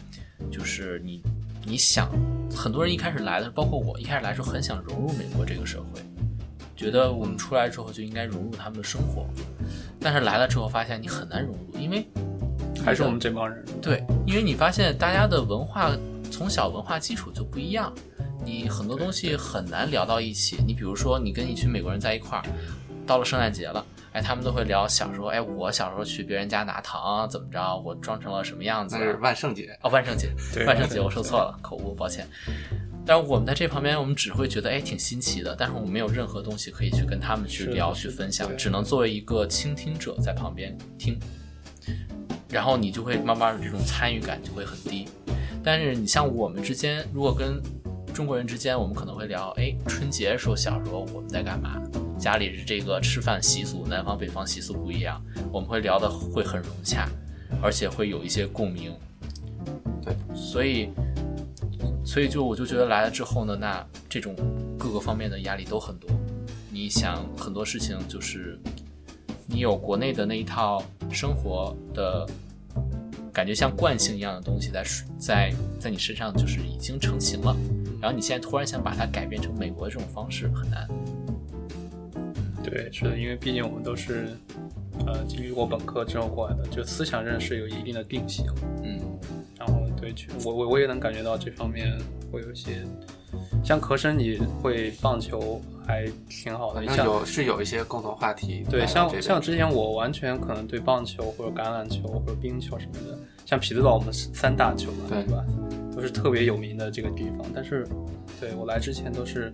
[SPEAKER 2] 就是你你想，很多人一开始来的，包括我一开始来的时候很想融入美国这个社会，觉得我们出来之后就应该融入他们的生活，但是来了之后发现你很难融入，因为
[SPEAKER 3] 还是我们这帮人，
[SPEAKER 2] 对，因为你发现大家的文化从小文化基础就不一样，你很多东西很难聊到一起。你比如说，你跟一群美国人在一块儿，到了圣诞节了，哎，他们都会聊小时候，哎，我小时候去别人家拿糖啊怎么着，我装成了什么样子
[SPEAKER 1] 那
[SPEAKER 2] 啊。
[SPEAKER 1] 是万圣节，
[SPEAKER 2] 哦，万圣节
[SPEAKER 3] 对，
[SPEAKER 2] 万圣节我说错了，口误，抱歉。但是我们在这旁边，我们只会觉得哎挺新奇的，但是我们没有任何东西可以去跟他们去
[SPEAKER 3] 是的
[SPEAKER 2] 聊、
[SPEAKER 3] 是
[SPEAKER 2] 去
[SPEAKER 3] 的
[SPEAKER 2] 分享
[SPEAKER 3] 对，
[SPEAKER 2] 只能作为一个倾听者在旁边听。然后你就会慢慢的这种参与感就会很低。但是你像我们之间，如果跟中国人之间，我们可能会聊，哎，春节的时候小时候我们在干嘛？家里是这个吃饭习俗，南方北方习俗不一样，我们会聊的会很融洽，而且会有一些共鸣。
[SPEAKER 1] 对，
[SPEAKER 2] 所以，所以就我就觉得来了之后呢，那这种各个方面的压力都很多。你想很多事情就是，你有国内的那一套生活的感觉像惯性一样的东西在在在你身上就是已经成型了，
[SPEAKER 1] 嗯
[SPEAKER 2] 然后你现在突然想把它改变成美国这种方式很难。
[SPEAKER 3] 对，是的，因为毕竟我们都是，呃，经历过本科之后过来的，就思想认识有一定的定型，
[SPEAKER 2] 嗯，
[SPEAKER 3] 然后对，去我我我也能感觉到这方面会有一些，像壳生你会棒球还挺
[SPEAKER 2] 哦
[SPEAKER 3] 好的，
[SPEAKER 1] 那
[SPEAKER 3] 像
[SPEAKER 1] 有是有一些共同话题来
[SPEAKER 3] 对，
[SPEAKER 1] 到这
[SPEAKER 3] 像
[SPEAKER 1] 边。
[SPEAKER 3] 像之前我完全可能对棒球或者橄榄球或者冰球什么的，像匹兹堡我们是三大球嘛，
[SPEAKER 1] 对
[SPEAKER 3] 对吧？都是特别有名的这个地方，但是对我来之前都是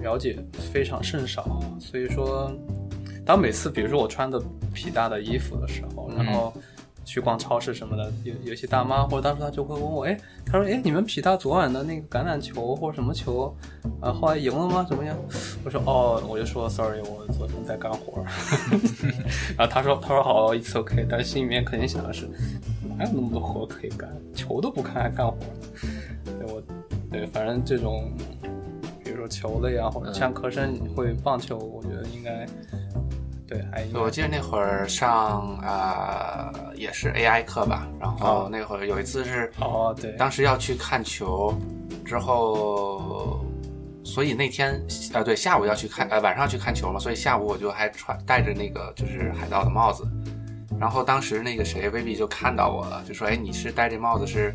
[SPEAKER 3] 了解非常甚少，所以说，当每次比如说我穿的皮大的衣服的时候，然后。去逛超市什么的，有有一些大妈或者当时她就会问我，哎，她说，哎，你们匹大昨晚的那个橄榄球或者什么球，啊，后来赢了吗？怎么样？我说哦，我就说 sorry，我昨天在干活儿。 然后他说他说好，it's OK，但是心里面肯定想的是，哪有那么多活儿可以干？球都不看还干活儿呢？对我，对，反正这种，比如说球类啊，或者像科生会棒球，我觉得应该对，还应该
[SPEAKER 1] 我记得那会儿上啊、呃也是 AI 课吧，然
[SPEAKER 2] 哦
[SPEAKER 1] 后那会儿有一次是
[SPEAKER 3] 哦，对，
[SPEAKER 1] 当时要去看球，之后，所以那天啊、呃对下午要去看呃晚上要去看球嘛，所以下午我就还穿戴着那个就是海盗的帽子，然后当时那个谁威比就看到我了，就说哎你是戴这帽子是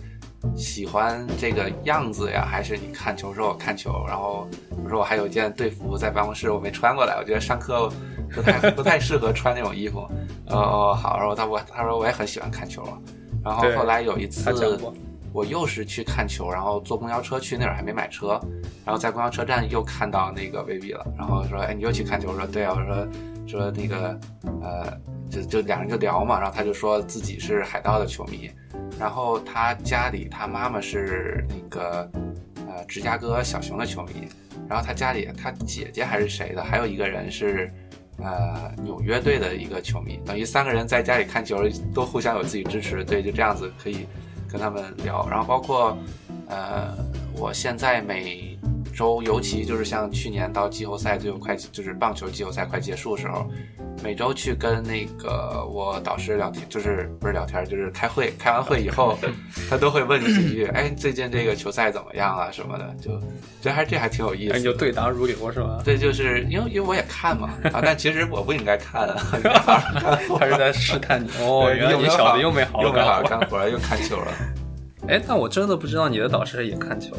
[SPEAKER 1] 喜欢这个样子呀，还是你看球说我看球？然后我说我还有一件队服在办公室我没穿过来，我觉得上课不太不太适合穿那种衣服。呃哦好，然后他我他说我也很喜欢看球啊，然后
[SPEAKER 3] 对
[SPEAKER 1] 后来有一次
[SPEAKER 3] 他讲过，
[SPEAKER 1] 我又是去看球，然后坐公交车去，那会儿还没买车，然后在公交车站又看到那个 baby 了，然后说，哎，你又去看球？我说对啊，我说说那个呃，就就两人就聊嘛，然后他就说自己是海盗的球迷，然后他家里他妈妈是那个呃芝加哥小熊的球迷，然后他家里他姐姐还是谁的，还有一个人是。呃，纽约队的一个球迷，等于三个人在家里看球，都互相有自己支持，对，就这样子可以跟他们聊，然后包括呃，我现在每周，尤其就是像去年到季后赛就快就是棒球季后赛快结束的时候，每周去跟那个我导师聊天，就是不是聊天，就是开会，开完会以 后，他都会问你几句，哎，最近这个球赛怎么样啊什么的，就觉得还这还挺有意
[SPEAKER 3] 哎，
[SPEAKER 1] 思
[SPEAKER 3] 你就
[SPEAKER 1] 的。
[SPEAKER 3] 对答如流是吧？
[SPEAKER 1] 对，就是因为因为我也看嘛啊，但其实我不应该看啊，
[SPEAKER 3] 他是在试探你哦，
[SPEAKER 1] 对
[SPEAKER 3] 原来
[SPEAKER 1] 有没
[SPEAKER 3] 你
[SPEAKER 1] 有
[SPEAKER 3] 小
[SPEAKER 1] 好
[SPEAKER 3] 子又没好
[SPEAKER 1] 又
[SPEAKER 3] 好
[SPEAKER 1] 没好好
[SPEAKER 3] 干活。
[SPEAKER 1] 干活，又看球了。
[SPEAKER 3] 哎，但我真的不知道你的导师也看球。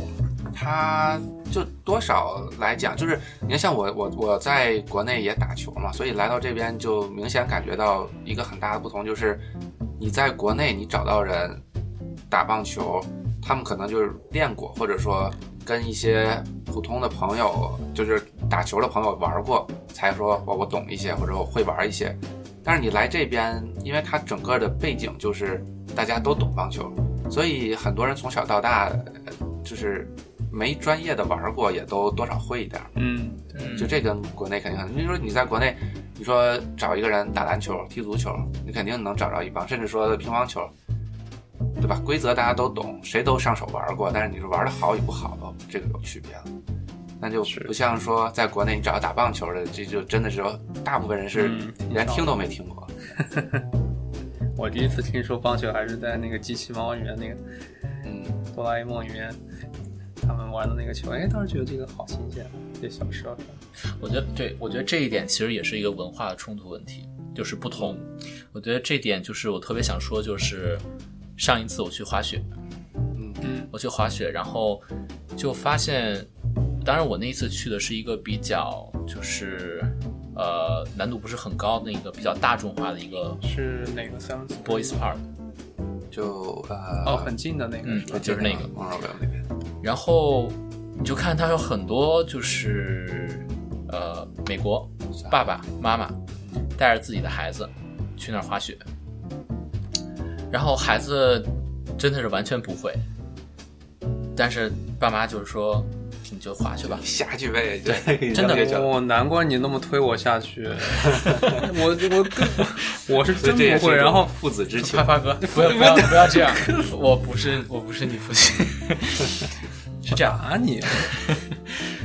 [SPEAKER 1] 他就多少来讲，就是你看，像我我我在国内也打球嘛，所以来到这边就明显感觉到一个很大的不同，就是你在国内你找到人打棒球，他们可能就是练过，或者说跟一些普通的朋友，就是打球的朋友玩过，才说哦我我懂一些，或者我会玩一些。但是你来这边，因为它整个的背景就是大家都懂棒球，所以很多人从小到大呃就是没专业的玩过，也都多少会一点儿。
[SPEAKER 3] 嗯，
[SPEAKER 2] 嗯
[SPEAKER 1] 就这跟国内肯定很，你说你在国内，你说找一个人打篮球、踢足球，你肯定能找着一帮，甚至说乒乓球，对吧？规则大家都懂，谁都上手玩过，但是你说玩的好与不好，这个有区别了。那就是不像说在国内，你找打棒球的，这就真的是大部分人是
[SPEAKER 3] 嗯
[SPEAKER 1] 连听都没听过。
[SPEAKER 3] 我第一次听说棒球还是在那个机器猫里面那个
[SPEAKER 1] 嗯，
[SPEAKER 3] 哆啦 A 梦里面他们玩的那个球，哎，当时觉得这个好新鲜，啊这小时候看。
[SPEAKER 2] 我觉得对，我觉得这一点其实也是一个文化的冲突问题，就是不同。我觉得这点就是我特别想说，就是上一次我去滑雪，
[SPEAKER 1] 嗯
[SPEAKER 3] 嗯，
[SPEAKER 2] 我去滑雪，然后就发现，当然我那一次去的是一个比较就是呃难度不是很高的一个比较大众化的一个
[SPEAKER 3] 是哪个三
[SPEAKER 2] boys park，
[SPEAKER 1] 就呃，
[SPEAKER 3] 哦，很近的那个
[SPEAKER 2] 嗯
[SPEAKER 3] 是吧？
[SPEAKER 2] 就是那个
[SPEAKER 1] 蒙罗维尔那边，
[SPEAKER 2] 然后你就看它有很多就是呃美国爸爸妈妈带着自己的孩子去那儿滑雪，然后孩子真的是完全不会，但是爸妈就是说你就滑去吧，
[SPEAKER 1] 下去呗，就
[SPEAKER 2] 真的
[SPEAKER 1] 这个
[SPEAKER 3] 哦，难怪你那么推我下去，我我跟我是
[SPEAKER 1] 所
[SPEAKER 3] 真
[SPEAKER 1] 以 这也是
[SPEAKER 3] 不会，
[SPEAKER 1] 一
[SPEAKER 3] 然
[SPEAKER 1] 种
[SPEAKER 3] 后
[SPEAKER 1] 父子之情
[SPEAKER 2] 啪。啪 哥，不要不要不要这 样，我不是我不是你父 亲，是这样，
[SPEAKER 3] 打你，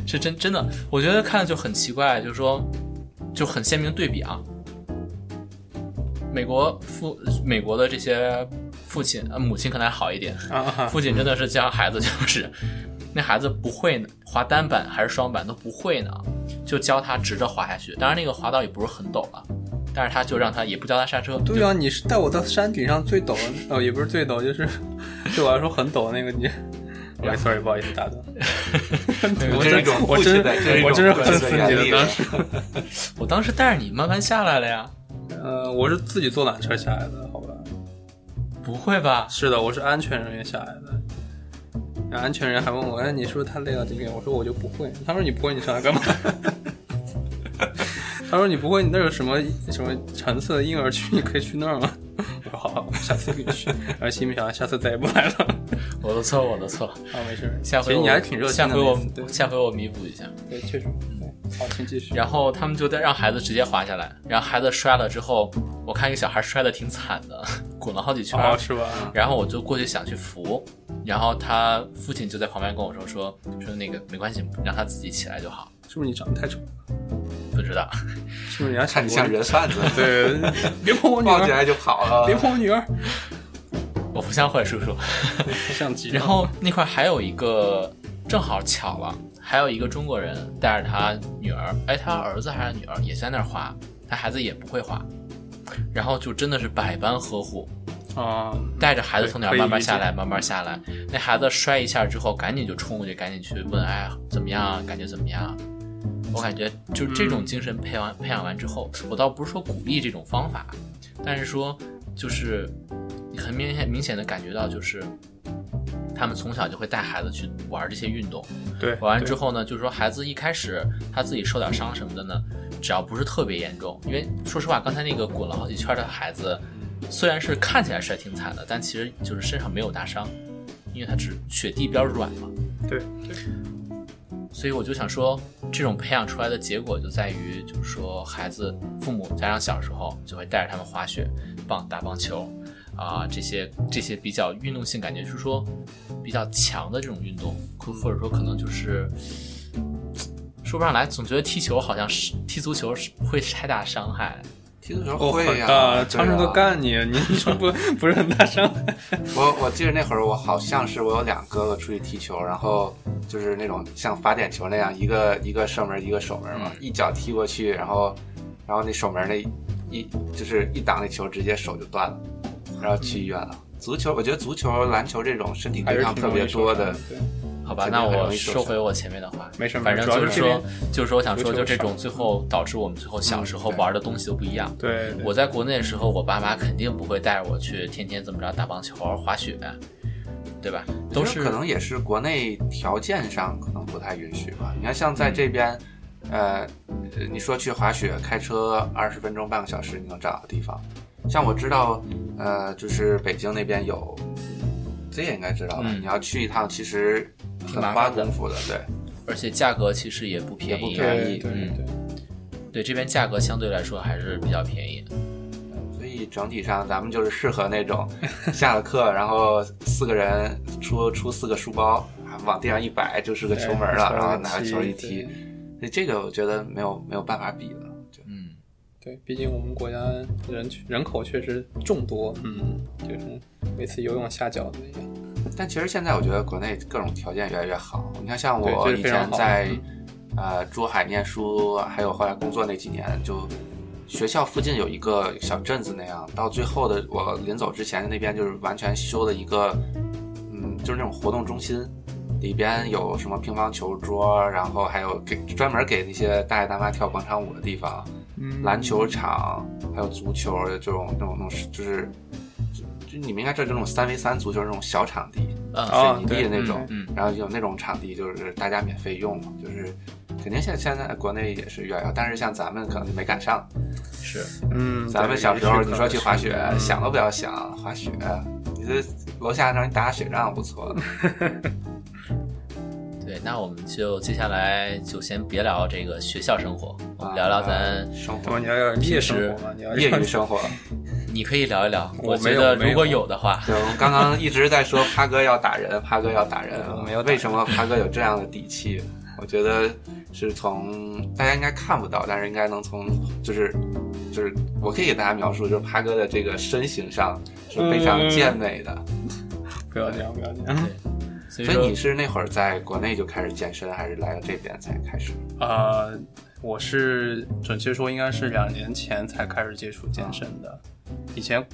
[SPEAKER 2] 是真真的，我觉得看就很奇怪，就是说就很鲜明对比啊。美国父美国的这些父亲呃母亲可能还好一点，
[SPEAKER 3] 啊，
[SPEAKER 2] 父亲真的是教孩子就是那孩子不会呢，滑单板还是双板都不会呢，就教他直着滑下去。当然那个滑道也不是很陡了，但是他就让他也不教他刹车，
[SPEAKER 3] 对啊，你是带我到山顶上最陡的，哦，也不是最陡，就是对我来说很陡的那个 你。喂，sorry，不好意思打断。 我
[SPEAKER 1] 这是一
[SPEAKER 3] 真
[SPEAKER 1] 种
[SPEAKER 3] 我
[SPEAKER 1] 父亲
[SPEAKER 3] 真
[SPEAKER 1] 的，这是一
[SPEAKER 3] 我
[SPEAKER 1] 种
[SPEAKER 3] 真是
[SPEAKER 1] 父
[SPEAKER 3] 恨
[SPEAKER 1] 亲
[SPEAKER 3] 死
[SPEAKER 1] 的
[SPEAKER 3] 你
[SPEAKER 1] 严
[SPEAKER 3] 了
[SPEAKER 1] 厉。
[SPEAKER 3] 当时。
[SPEAKER 2] 我当时带着你慢慢下来了呀，
[SPEAKER 3] 呃，我是自己坐缆车下来的，好吧？
[SPEAKER 2] 不会吧？
[SPEAKER 3] 是的，我是安全人员下来的。然后安全人还问我，哎，你是不是太累了？这个，我说我就不会。他说你不会，你上来干嘛？ 他说你不会，你那儿有什么什么橙色的婴儿区，你可以去那儿吗？ 我说好，我下次可以去。然后心里想，下次再也不来了。
[SPEAKER 2] 我的错，我的错。
[SPEAKER 3] 啊，没事儿，
[SPEAKER 2] 下
[SPEAKER 3] 其
[SPEAKER 2] 回
[SPEAKER 3] 实
[SPEAKER 2] 我
[SPEAKER 3] 你还挺热心
[SPEAKER 2] 下
[SPEAKER 3] 的
[SPEAKER 2] 回
[SPEAKER 3] 那
[SPEAKER 2] 我嗯
[SPEAKER 3] 次。对
[SPEAKER 2] 下回我弥补一下。
[SPEAKER 3] 对，确实。对，好，请继续。
[SPEAKER 2] 然后他们就在让孩子直接滑下来，然后孩子摔了之后，我看一个小孩摔的挺惨的，滚了好几圈儿。
[SPEAKER 3] 哦，是吧？
[SPEAKER 2] 然后我就过去想去扶，然后他父亲就在旁边跟我说说说那个没关系，让他自己起来就好。
[SPEAKER 3] 是不是你长得太丑了？
[SPEAKER 2] 不知道，
[SPEAKER 3] 是不是人家
[SPEAKER 1] 看你像人贩子，
[SPEAKER 3] 对，别碰我女
[SPEAKER 1] 抱起
[SPEAKER 3] 儿，
[SPEAKER 1] 来就跑了
[SPEAKER 3] 别。碰我女儿，
[SPEAKER 2] 我不像坏叔叔。
[SPEAKER 3] 像极了
[SPEAKER 2] 然后那块儿还有一个，正好巧了，还有一个中国人带着他女儿，哎，他儿子还是女儿也在那儿滑，他孩子也不会滑，然后就真的是百般呵护，
[SPEAKER 3] 啊，
[SPEAKER 2] 带着孩子从那儿慢慢下
[SPEAKER 3] 可以
[SPEAKER 2] 来，慢慢下来。那孩子摔一下之后，赶紧就冲过去，赶紧去问，哎，怎么样？感觉怎么样？啊我感觉就这
[SPEAKER 3] 嗯
[SPEAKER 2] 种精神培养培养完之后，我倒不是说鼓励这种方法，但是说就是你很明显明显的感觉到，就是他们从小就会带孩子去玩这些运动，
[SPEAKER 3] 对，
[SPEAKER 2] 玩完之
[SPEAKER 3] 对
[SPEAKER 2] 后呢，就是说孩子一开始他自己受点伤什么的呢，只要不是特别严重，因为说实话，刚才那个滚了好几圈的孩子，虽然是看起来摔挺惨的，但其实就是身上没有大伤，因为他只雪地比较软嘛。
[SPEAKER 3] 对
[SPEAKER 2] 所以我就想说，这种培养出来的结果就在于，就是说孩子、父母、家长小时候就会带着他们滑雪、棒打棒球，啊、这些这些比较运动性，感觉就是说比较强的这种运动，或或者说可能就是说不上来，总觉得踢球好像是踢足球是不会太大伤害。
[SPEAKER 1] 踢足球
[SPEAKER 3] 哦，
[SPEAKER 1] 会
[SPEAKER 3] 很
[SPEAKER 1] 呀、
[SPEAKER 3] 大，
[SPEAKER 1] 对
[SPEAKER 3] 常常都
[SPEAKER 1] 啊
[SPEAKER 3] 干你，你 说不不是很大伤害？
[SPEAKER 1] 我我记得那会儿，我好像是我有两哥哥出去踢球，然后就是那种像罚点球那样，一个一个射门，一个守门嘛，
[SPEAKER 3] 嗯
[SPEAKER 1] 一脚踢过去，然后然后那守门那一就是一挡那球，直接手就断了，然后去医院了。足球，我觉得足球、篮球这种身体
[SPEAKER 3] 还
[SPEAKER 1] 对
[SPEAKER 3] 是
[SPEAKER 1] 抗
[SPEAKER 3] 挺
[SPEAKER 1] 特
[SPEAKER 3] 容易
[SPEAKER 1] 别多的
[SPEAKER 3] 受伤，对，
[SPEAKER 2] 好吧，
[SPEAKER 1] 肯定
[SPEAKER 2] 那
[SPEAKER 1] 很
[SPEAKER 2] 我
[SPEAKER 1] 容易受
[SPEAKER 2] 收
[SPEAKER 1] 伤
[SPEAKER 2] 回我前面的话，
[SPEAKER 3] 没事没
[SPEAKER 2] 反
[SPEAKER 3] 事
[SPEAKER 2] 正就
[SPEAKER 3] 主要
[SPEAKER 2] 说
[SPEAKER 3] 是，
[SPEAKER 2] 就是我想说，
[SPEAKER 3] 足球
[SPEAKER 2] 就这种
[SPEAKER 3] 少
[SPEAKER 2] 最后导致我们最后小时候
[SPEAKER 1] 嗯对
[SPEAKER 2] 玩的东西都不一样。
[SPEAKER 3] 对，对
[SPEAKER 2] 我在国内的时候，我爸妈肯定不会带着我去天天这么着打棒球、滑雪，对吧？都
[SPEAKER 1] 就是可能也是国内条件上可能不太允许吧。你看，像
[SPEAKER 2] 嗯
[SPEAKER 1] 在这边，呃，呃你说去滑雪，开车二十分钟、半个小时，你能找到地方。像我知道，呃，就是北京那边有，这也应该知道吧？
[SPEAKER 2] 嗯
[SPEAKER 1] 你要去一趟，其实
[SPEAKER 2] 挺
[SPEAKER 1] 很
[SPEAKER 2] 麻
[SPEAKER 1] 花
[SPEAKER 2] 烦的
[SPEAKER 1] 功夫的， 对，
[SPEAKER 2] 而且价格其实也不便宜，啊
[SPEAKER 1] 也不便宜
[SPEAKER 3] 对对
[SPEAKER 2] 嗯
[SPEAKER 3] 对对，
[SPEAKER 2] 对这边价格相对来说还是比较便宜。
[SPEAKER 1] 所以整体上咱们就是适合那种下了课，然后四个人出出四个书包，啊往地上一摆就是个
[SPEAKER 3] 对
[SPEAKER 1] 球门了，
[SPEAKER 3] 球
[SPEAKER 1] 然后
[SPEAKER 3] 踢
[SPEAKER 1] 拿个球一踢
[SPEAKER 3] 对，
[SPEAKER 1] 所以这个我觉得没有没有办法比了。就
[SPEAKER 2] 嗯，
[SPEAKER 3] 对，毕竟我们国家人人口确实众多，嗯，就是每次游泳下饺子一样。
[SPEAKER 1] 但其实现在我觉得国内各种条件越来越好。你看，像
[SPEAKER 3] 对
[SPEAKER 1] 我
[SPEAKER 3] 这是
[SPEAKER 1] 以
[SPEAKER 3] 非常
[SPEAKER 1] 前
[SPEAKER 3] 好
[SPEAKER 1] 在
[SPEAKER 3] 嗯
[SPEAKER 1] 呃珠海念书，还有后来工作那几年，就学校附近有一个小镇子那样，到最后的我临走之前，那边就是完全修了一个，嗯，就是那种活动中心。里边有什么乒乓球桌，然后还有给专门给那些大爷大妈跳广场舞的地方，
[SPEAKER 3] 嗯
[SPEAKER 1] 篮球场，还有足球的这种、这种、那种，就是就就你们应该知道，就那种三 v 三足球那种小场地，
[SPEAKER 2] 呃，
[SPEAKER 3] 啊
[SPEAKER 1] 水泥地的那种，
[SPEAKER 2] 嗯嗯
[SPEAKER 1] 然后有那种场地就是大家免费用嘛，就是肯定现现在国内也是越来越好，但是像咱们可能就没赶上。
[SPEAKER 2] 是
[SPEAKER 3] 嗯，
[SPEAKER 1] 咱们小时候你说去滑雪，想
[SPEAKER 3] 了
[SPEAKER 1] 都不要想滑雪，你这楼下让你打雪仗不错的，
[SPEAKER 2] 对。那我们就接下来就先别聊这个学校生活，我们
[SPEAKER 3] 啊
[SPEAKER 2] 聊聊咱，
[SPEAKER 1] 啊生
[SPEAKER 3] 怎么
[SPEAKER 1] 活
[SPEAKER 3] 你要要夜生活嘛？你要
[SPEAKER 1] 业余生活。
[SPEAKER 2] 你可以聊一聊。
[SPEAKER 3] 我
[SPEAKER 2] 觉
[SPEAKER 3] 没有
[SPEAKER 2] 得
[SPEAKER 3] 没有
[SPEAKER 2] 如果有的话，
[SPEAKER 1] 对，我们刚刚一直在说趴哥要打人，趴哥要打人
[SPEAKER 3] 我，嗯没有打
[SPEAKER 1] 为什么趴哥有这样的底气？我觉得是从大家应该看不到，但是应该能从就是就是我可以给大家描述，就是趴哥的这个身形上是非
[SPEAKER 3] 嗯
[SPEAKER 1] 常健美的。
[SPEAKER 3] 不要这样，不要这
[SPEAKER 1] 嗯
[SPEAKER 3] 样。
[SPEAKER 2] 所以
[SPEAKER 1] 所以
[SPEAKER 2] 说
[SPEAKER 1] 你是那会儿在国内就开始健身，还是来到这边才开始？
[SPEAKER 3] 呃，我是准确说应该是两年前才开始接触健身的。以前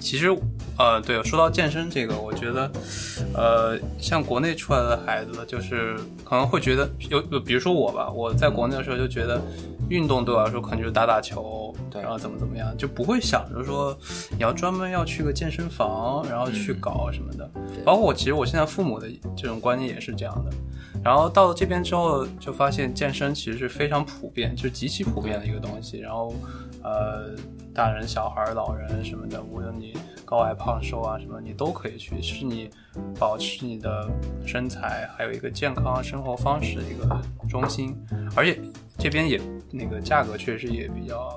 [SPEAKER 3] 其实呃，对，说到健身这个，我觉得呃，像国内出来的孩子，就是可能会觉得有，有比如说我吧，我在国内的时候就觉得运动对我来说可能就是打打球，
[SPEAKER 1] 对
[SPEAKER 3] 然后怎么怎么样，就不会想着说你要专门要去个健身房，然后去
[SPEAKER 2] 嗯
[SPEAKER 3] 搞什么的。
[SPEAKER 2] 对
[SPEAKER 3] 包括我，其实我现在父母的这种观念也是这样的。然后到了这边之后，就发现健身其实是非常普遍，就是极其普遍的一个东西。然后，呃，大人、小孩、老人什么的，无论你高矮胖瘦啊什么，你都可以去，是你保持你的身材，还有一个健康生活方式的一个中心。而且这边也那个价格确实也比较，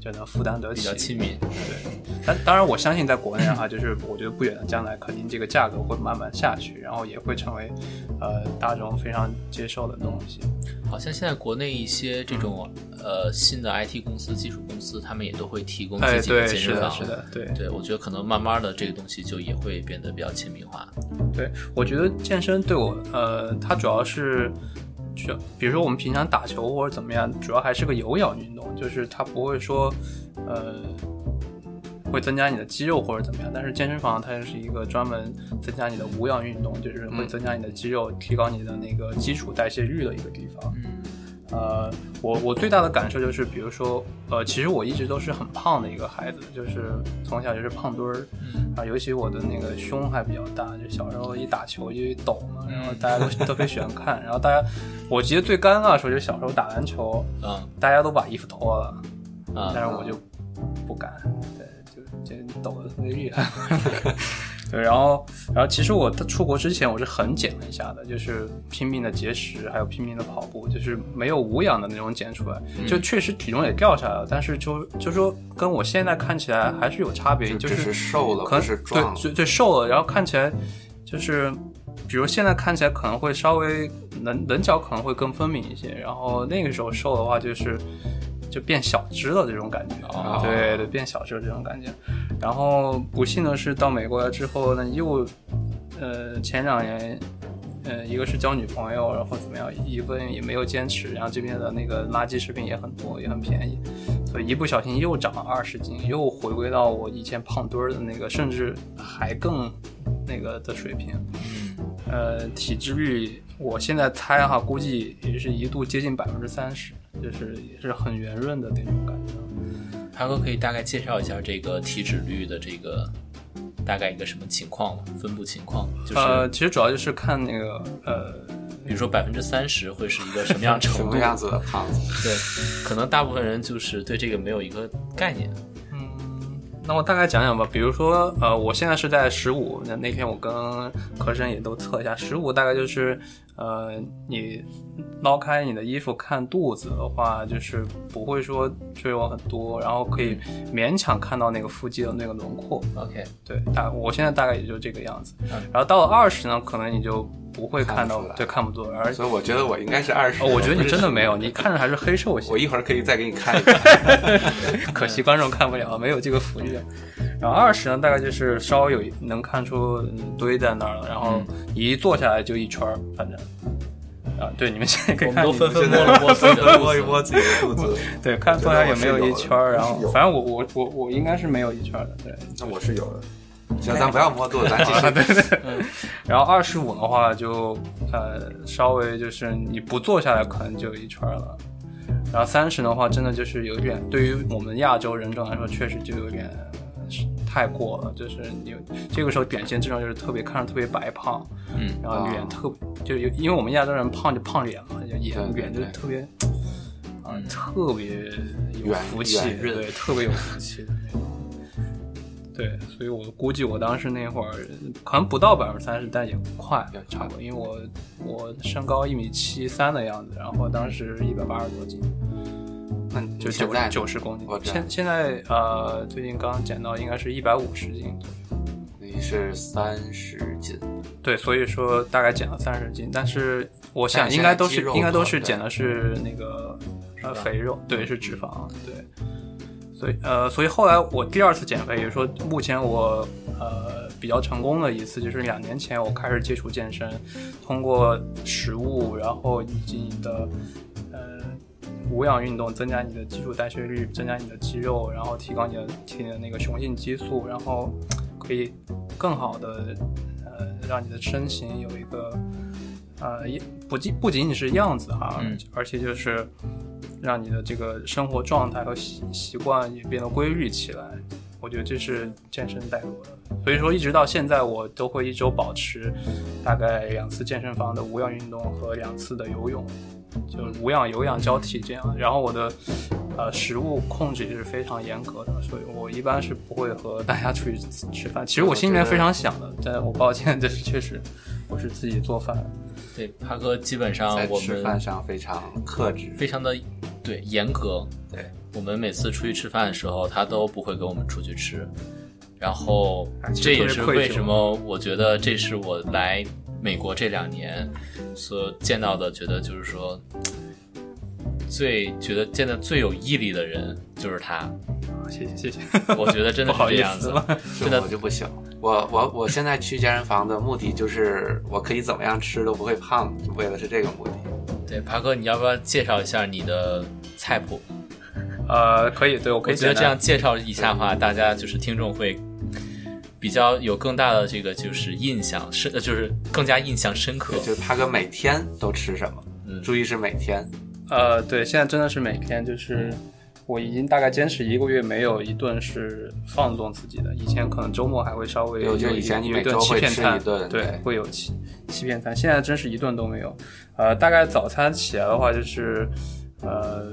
[SPEAKER 3] 就能负担得
[SPEAKER 2] 比
[SPEAKER 3] 起
[SPEAKER 2] 较。亲民。
[SPEAKER 3] 对，但当然我相信在国内哈、就是我觉得不远的将来，肯定这个价格会慢慢下去，然后也会成为呃大众非常接受的东西。
[SPEAKER 2] 好像现在国内一些这种
[SPEAKER 3] 嗯
[SPEAKER 2] 呃新的 IT 公司、技术公司，他们也都会提供
[SPEAKER 3] 哎，
[SPEAKER 2] 自己的
[SPEAKER 3] 对，
[SPEAKER 2] 健
[SPEAKER 3] 是
[SPEAKER 2] 身
[SPEAKER 3] 的，
[SPEAKER 2] 房。
[SPEAKER 3] 是的，对。
[SPEAKER 2] 对，我觉得可能慢慢的这个东西就也会变得比较亲民化。
[SPEAKER 3] 对，我觉得健身对我，呃，它主要是，就比如说我们平常打球或者怎么样，主要还是个有氧运动，就是它不会说，呃，会增加你的肌肉或者怎么样。但是健身房它就是一个专门增加你的无氧运动，就是会
[SPEAKER 1] 嗯
[SPEAKER 3] 增加你的肌肉，提高你的那个基础代谢率的一个地方。
[SPEAKER 2] 嗯，
[SPEAKER 3] 呃，我我最大的感受就是，比如说，呃，其实我一直都是很胖的一个孩子，就是从小就是胖墩儿，
[SPEAKER 2] 嗯
[SPEAKER 3] 啊，尤其我的那个胸还比较大，就小时候一打球就一抖嘛，然后
[SPEAKER 2] 嗯
[SPEAKER 3] 大家都特别喜欢看，然后大家，我记得最尴尬的时候就是小时候打篮球，
[SPEAKER 2] 嗯
[SPEAKER 3] 大家都把衣服脱了，但
[SPEAKER 2] 啊
[SPEAKER 3] 是我就不敢，对，就就抖得特别厉害。 对，然后，然后其实我出国之前我是很减了一下的，就是拼命的节食，还有拼命的跑步，就是没有无氧的那种减出来，
[SPEAKER 1] 嗯
[SPEAKER 3] 就确实体重也掉下来了，但是就就说跟我现在看起来还是有差别，就
[SPEAKER 1] 只是瘦了，
[SPEAKER 3] 可
[SPEAKER 1] 不
[SPEAKER 3] 能
[SPEAKER 1] 是壮了
[SPEAKER 3] 对。对对瘦了，然后看起来就是，比如现在看起来可能会稍微棱棱角可能会更分明一些，然后那个时候瘦的话就是就变小只了这种感觉，
[SPEAKER 2] 哦
[SPEAKER 3] 对对，变小只了这种感觉。然后不幸的是到美国来之后呢，又呃前两年。呃，一个是交女朋友，然后怎么样，一问也没有坚持，然后这边的那个垃圾食品也很多，也很便宜，所以一不小心又长了二十斤，又回归到我以前胖墩儿的那个，甚至还更那个的水平。
[SPEAKER 2] 嗯
[SPEAKER 3] 呃，体脂率我现在猜哈，估计也是一度接近百分之三十，就是也是很圆润的那种感觉。
[SPEAKER 2] 嗯，潘哥可以大概介绍一下这个体脂率的这个大概一个什么情况吗？分布情况就是。
[SPEAKER 3] 呃，其实主要就是看那个呃，
[SPEAKER 2] 比如说百分之三十会是一个什么样
[SPEAKER 1] 什
[SPEAKER 2] 程
[SPEAKER 1] 么
[SPEAKER 2] 度？
[SPEAKER 1] 样子的胖子？
[SPEAKER 2] 对，可能大部分人就是对这个没有一个概念。
[SPEAKER 3] 嗯，那我大概讲讲吧。比如说，呃，我现在是在十五，那那天我跟科生也都测一下，十五大概就是，呃，你捞开你的衣服看肚子的话，就是不会说赘肉很多，然后可以勉强看到那个腹肌的那个轮廓。
[SPEAKER 2] OK，
[SPEAKER 3] 对，大我现在大概也就这个样子。
[SPEAKER 2] 嗯
[SPEAKER 3] 然后到了二十呢，可能你就不会看
[SPEAKER 1] 看
[SPEAKER 3] 到，
[SPEAKER 1] 不出来
[SPEAKER 3] 对，看不多，而且。
[SPEAKER 1] 所以我觉得我应该是二十。
[SPEAKER 3] 哦，我觉得
[SPEAKER 1] 不
[SPEAKER 3] 你
[SPEAKER 1] 是
[SPEAKER 3] 真的没有，你看着还是黑瘦型。
[SPEAKER 1] 我一会儿可以再给你 看一看。
[SPEAKER 3] 可惜观众看不了，没有这个福利。然后二十呢，大概就是稍微有一能看出嗯堆在那儿了，然后一坐下来就一圈儿，反正啊，对，你们现在可以
[SPEAKER 2] 我
[SPEAKER 3] 看
[SPEAKER 2] 们都
[SPEAKER 3] 你
[SPEAKER 2] 纷纷
[SPEAKER 1] 现
[SPEAKER 2] 摸
[SPEAKER 1] 在
[SPEAKER 2] 了摸自己的肚
[SPEAKER 1] 摸一
[SPEAKER 2] 子。
[SPEAKER 1] 摸自己的肚子，
[SPEAKER 3] 对看坐下来有没
[SPEAKER 1] 我觉得
[SPEAKER 3] 有
[SPEAKER 1] 我是
[SPEAKER 3] 一
[SPEAKER 1] 有的
[SPEAKER 3] 圈儿，然
[SPEAKER 1] 我
[SPEAKER 3] 后
[SPEAKER 1] 是有的
[SPEAKER 3] 反正我我我我应该是没有一圈儿的，对。
[SPEAKER 1] 那我是有的。行，咱不要摸肚子，咱继 续。
[SPEAKER 3] 然后二十五的话就呃稍微就是你不坐下来可能就有一圈儿了，然后三十的话真的就是有点对于我们亚洲人种来说确实就有点呃是太过了，就是你这个时候典型症状就是特别看着特别白胖，
[SPEAKER 2] 嗯，
[SPEAKER 3] 然后脸
[SPEAKER 1] 啊
[SPEAKER 3] 特就有因为我们亚洲人胖就胖脸嘛，就眼
[SPEAKER 1] 对对
[SPEAKER 3] 脸就
[SPEAKER 1] 对
[SPEAKER 3] 特别啊、
[SPEAKER 2] 嗯
[SPEAKER 3] 特别有
[SPEAKER 1] 圆
[SPEAKER 3] 福气，
[SPEAKER 1] 圆润
[SPEAKER 3] 对，特别有 福气的那种。对，所以我估计我当时那会儿可能不到百分之三十，但也快了，差不多，因为我我身高一米七三的样子，然后当时一百八十多斤，
[SPEAKER 1] 那你
[SPEAKER 3] 就
[SPEAKER 1] 现
[SPEAKER 3] 九
[SPEAKER 1] 在
[SPEAKER 3] 九十公斤
[SPEAKER 1] 我。知道
[SPEAKER 3] 现现在呃，最近刚减到应该是一百五十斤左右。
[SPEAKER 1] 你是三十斤，
[SPEAKER 3] 对，所以说大概减了三十斤，但是我
[SPEAKER 1] 但
[SPEAKER 3] 想
[SPEAKER 1] 是
[SPEAKER 3] 应该都
[SPEAKER 1] 现在
[SPEAKER 3] 是
[SPEAKER 1] 肌肉
[SPEAKER 3] 应该都
[SPEAKER 1] 多
[SPEAKER 3] 是
[SPEAKER 1] 对
[SPEAKER 3] 减的是那个呃
[SPEAKER 2] 脂肪
[SPEAKER 3] 肥肉，对，是脂肪，对。所以呃，所以后来我第二次减肥，也就是说目前我呃比较成功的一次，就是两年前我开始接触健身，通过食物，然后以及你的呃无氧运动，增加你的基础代谢率，增加你的肌肉，然后提高你的体内的那个雄性激素，然后可以更好的呃让你的身形有一个呃一不仅不仅仅是样子哈，
[SPEAKER 2] 嗯
[SPEAKER 3] 而且就是让你的这个生活状态和习习惯也变得规律起来。我觉得这是健身带给我的，所以说一直到现在我都会一周保持大概两次健身房的无氧运动和两次的游泳，就是无氧有氧交替这样。然后我的呃食物控制也是非常严格的，所以我一般是不会和大家出去吃吃饭。其实我心里面非常想的，但我抱歉， 这是确实我是自己做饭。
[SPEAKER 2] 对，帕哥基本上
[SPEAKER 1] 在
[SPEAKER 2] 啊我
[SPEAKER 1] 吃饭
[SPEAKER 2] 们
[SPEAKER 1] 上非常克制。
[SPEAKER 2] 非常的对严格，
[SPEAKER 1] 对，
[SPEAKER 2] 我们每次出去吃饭的时候，他都不会跟我们出去吃。然后
[SPEAKER 3] 啊其实
[SPEAKER 2] 这也
[SPEAKER 3] 特别
[SPEAKER 2] 是
[SPEAKER 3] 愧疚
[SPEAKER 2] 为什么我觉得这是我来美国这两年所见到的，觉得就是说最觉得见的最有毅力的人就是他。
[SPEAKER 3] 谢谢谢谢，
[SPEAKER 2] 我觉得真的
[SPEAKER 3] 不
[SPEAKER 2] 是
[SPEAKER 3] 好
[SPEAKER 2] 这
[SPEAKER 3] 意
[SPEAKER 2] 样
[SPEAKER 3] 思
[SPEAKER 2] 子
[SPEAKER 3] 了。
[SPEAKER 2] 真的
[SPEAKER 1] 我就不行。我我我现在去健身房的目的就是我可以怎么样吃都不会胖，就为了是这个目的。
[SPEAKER 2] 对，爬哥，你要不要介绍一下你的菜谱？
[SPEAKER 3] 呃，可以，对我可
[SPEAKER 2] 我
[SPEAKER 3] 以
[SPEAKER 2] 觉得
[SPEAKER 3] 简
[SPEAKER 2] 这
[SPEAKER 3] 单
[SPEAKER 2] 样介绍一下的话，大家就是听众会比较有更大的这个就是印象深，呃就是更加印象深刻
[SPEAKER 1] 对，。就是他哥每天都吃什么，
[SPEAKER 2] 嗯，
[SPEAKER 1] 注意是每天。
[SPEAKER 3] 呃，对，现在真的是每天就是，我已经大概坚持一个月没有一顿是放纵自己的，以前可能周末还会稍微
[SPEAKER 1] 对
[SPEAKER 3] 有
[SPEAKER 1] 我
[SPEAKER 3] 一
[SPEAKER 1] 记得以前你
[SPEAKER 3] 有一
[SPEAKER 1] 每
[SPEAKER 3] 顿
[SPEAKER 1] 周
[SPEAKER 3] 欺
[SPEAKER 1] 会
[SPEAKER 3] 骗
[SPEAKER 1] 吃
[SPEAKER 3] 餐，
[SPEAKER 1] 一顿
[SPEAKER 3] 对
[SPEAKER 1] 对，
[SPEAKER 3] 会有欺欺骗餐，现在真是一顿都没有。呃，大概早餐起来的话就是，呃。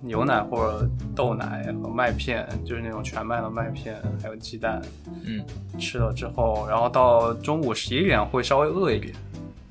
[SPEAKER 3] 牛奶或者豆奶和麦片，就是那种全麦的麦片，还有鸡蛋，
[SPEAKER 2] 嗯，
[SPEAKER 3] 吃了之后，然后到中午十一点会稍微饿一点，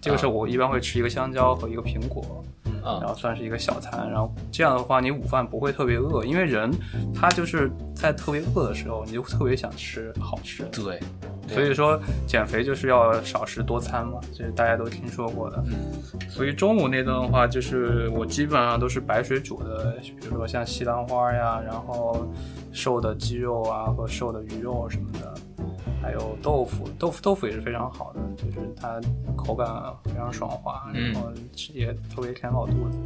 [SPEAKER 3] 这个时候我一般会吃一个香蕉和一个苹果，然
[SPEAKER 2] 啊，
[SPEAKER 1] 嗯
[SPEAKER 3] 后算是一个小餐，然后这样的话，你午饭不会特别饿，因为人他就是在特别饿的时候，你就特别想吃好吃的。
[SPEAKER 2] 对，
[SPEAKER 3] 所以说减肥就是要少食多餐嘛，这是大家都听说过的。
[SPEAKER 2] 嗯
[SPEAKER 3] 所以中午那顿的话，就是我基本上都是白水煮的，比如说像西兰花呀，然后瘦的鸡肉啊和瘦的鱼肉什么的，还有豆腐，豆腐豆腐也是非常好的，就是它口感非常爽滑，
[SPEAKER 2] 嗯
[SPEAKER 3] 然后吃也特别填饱肚子。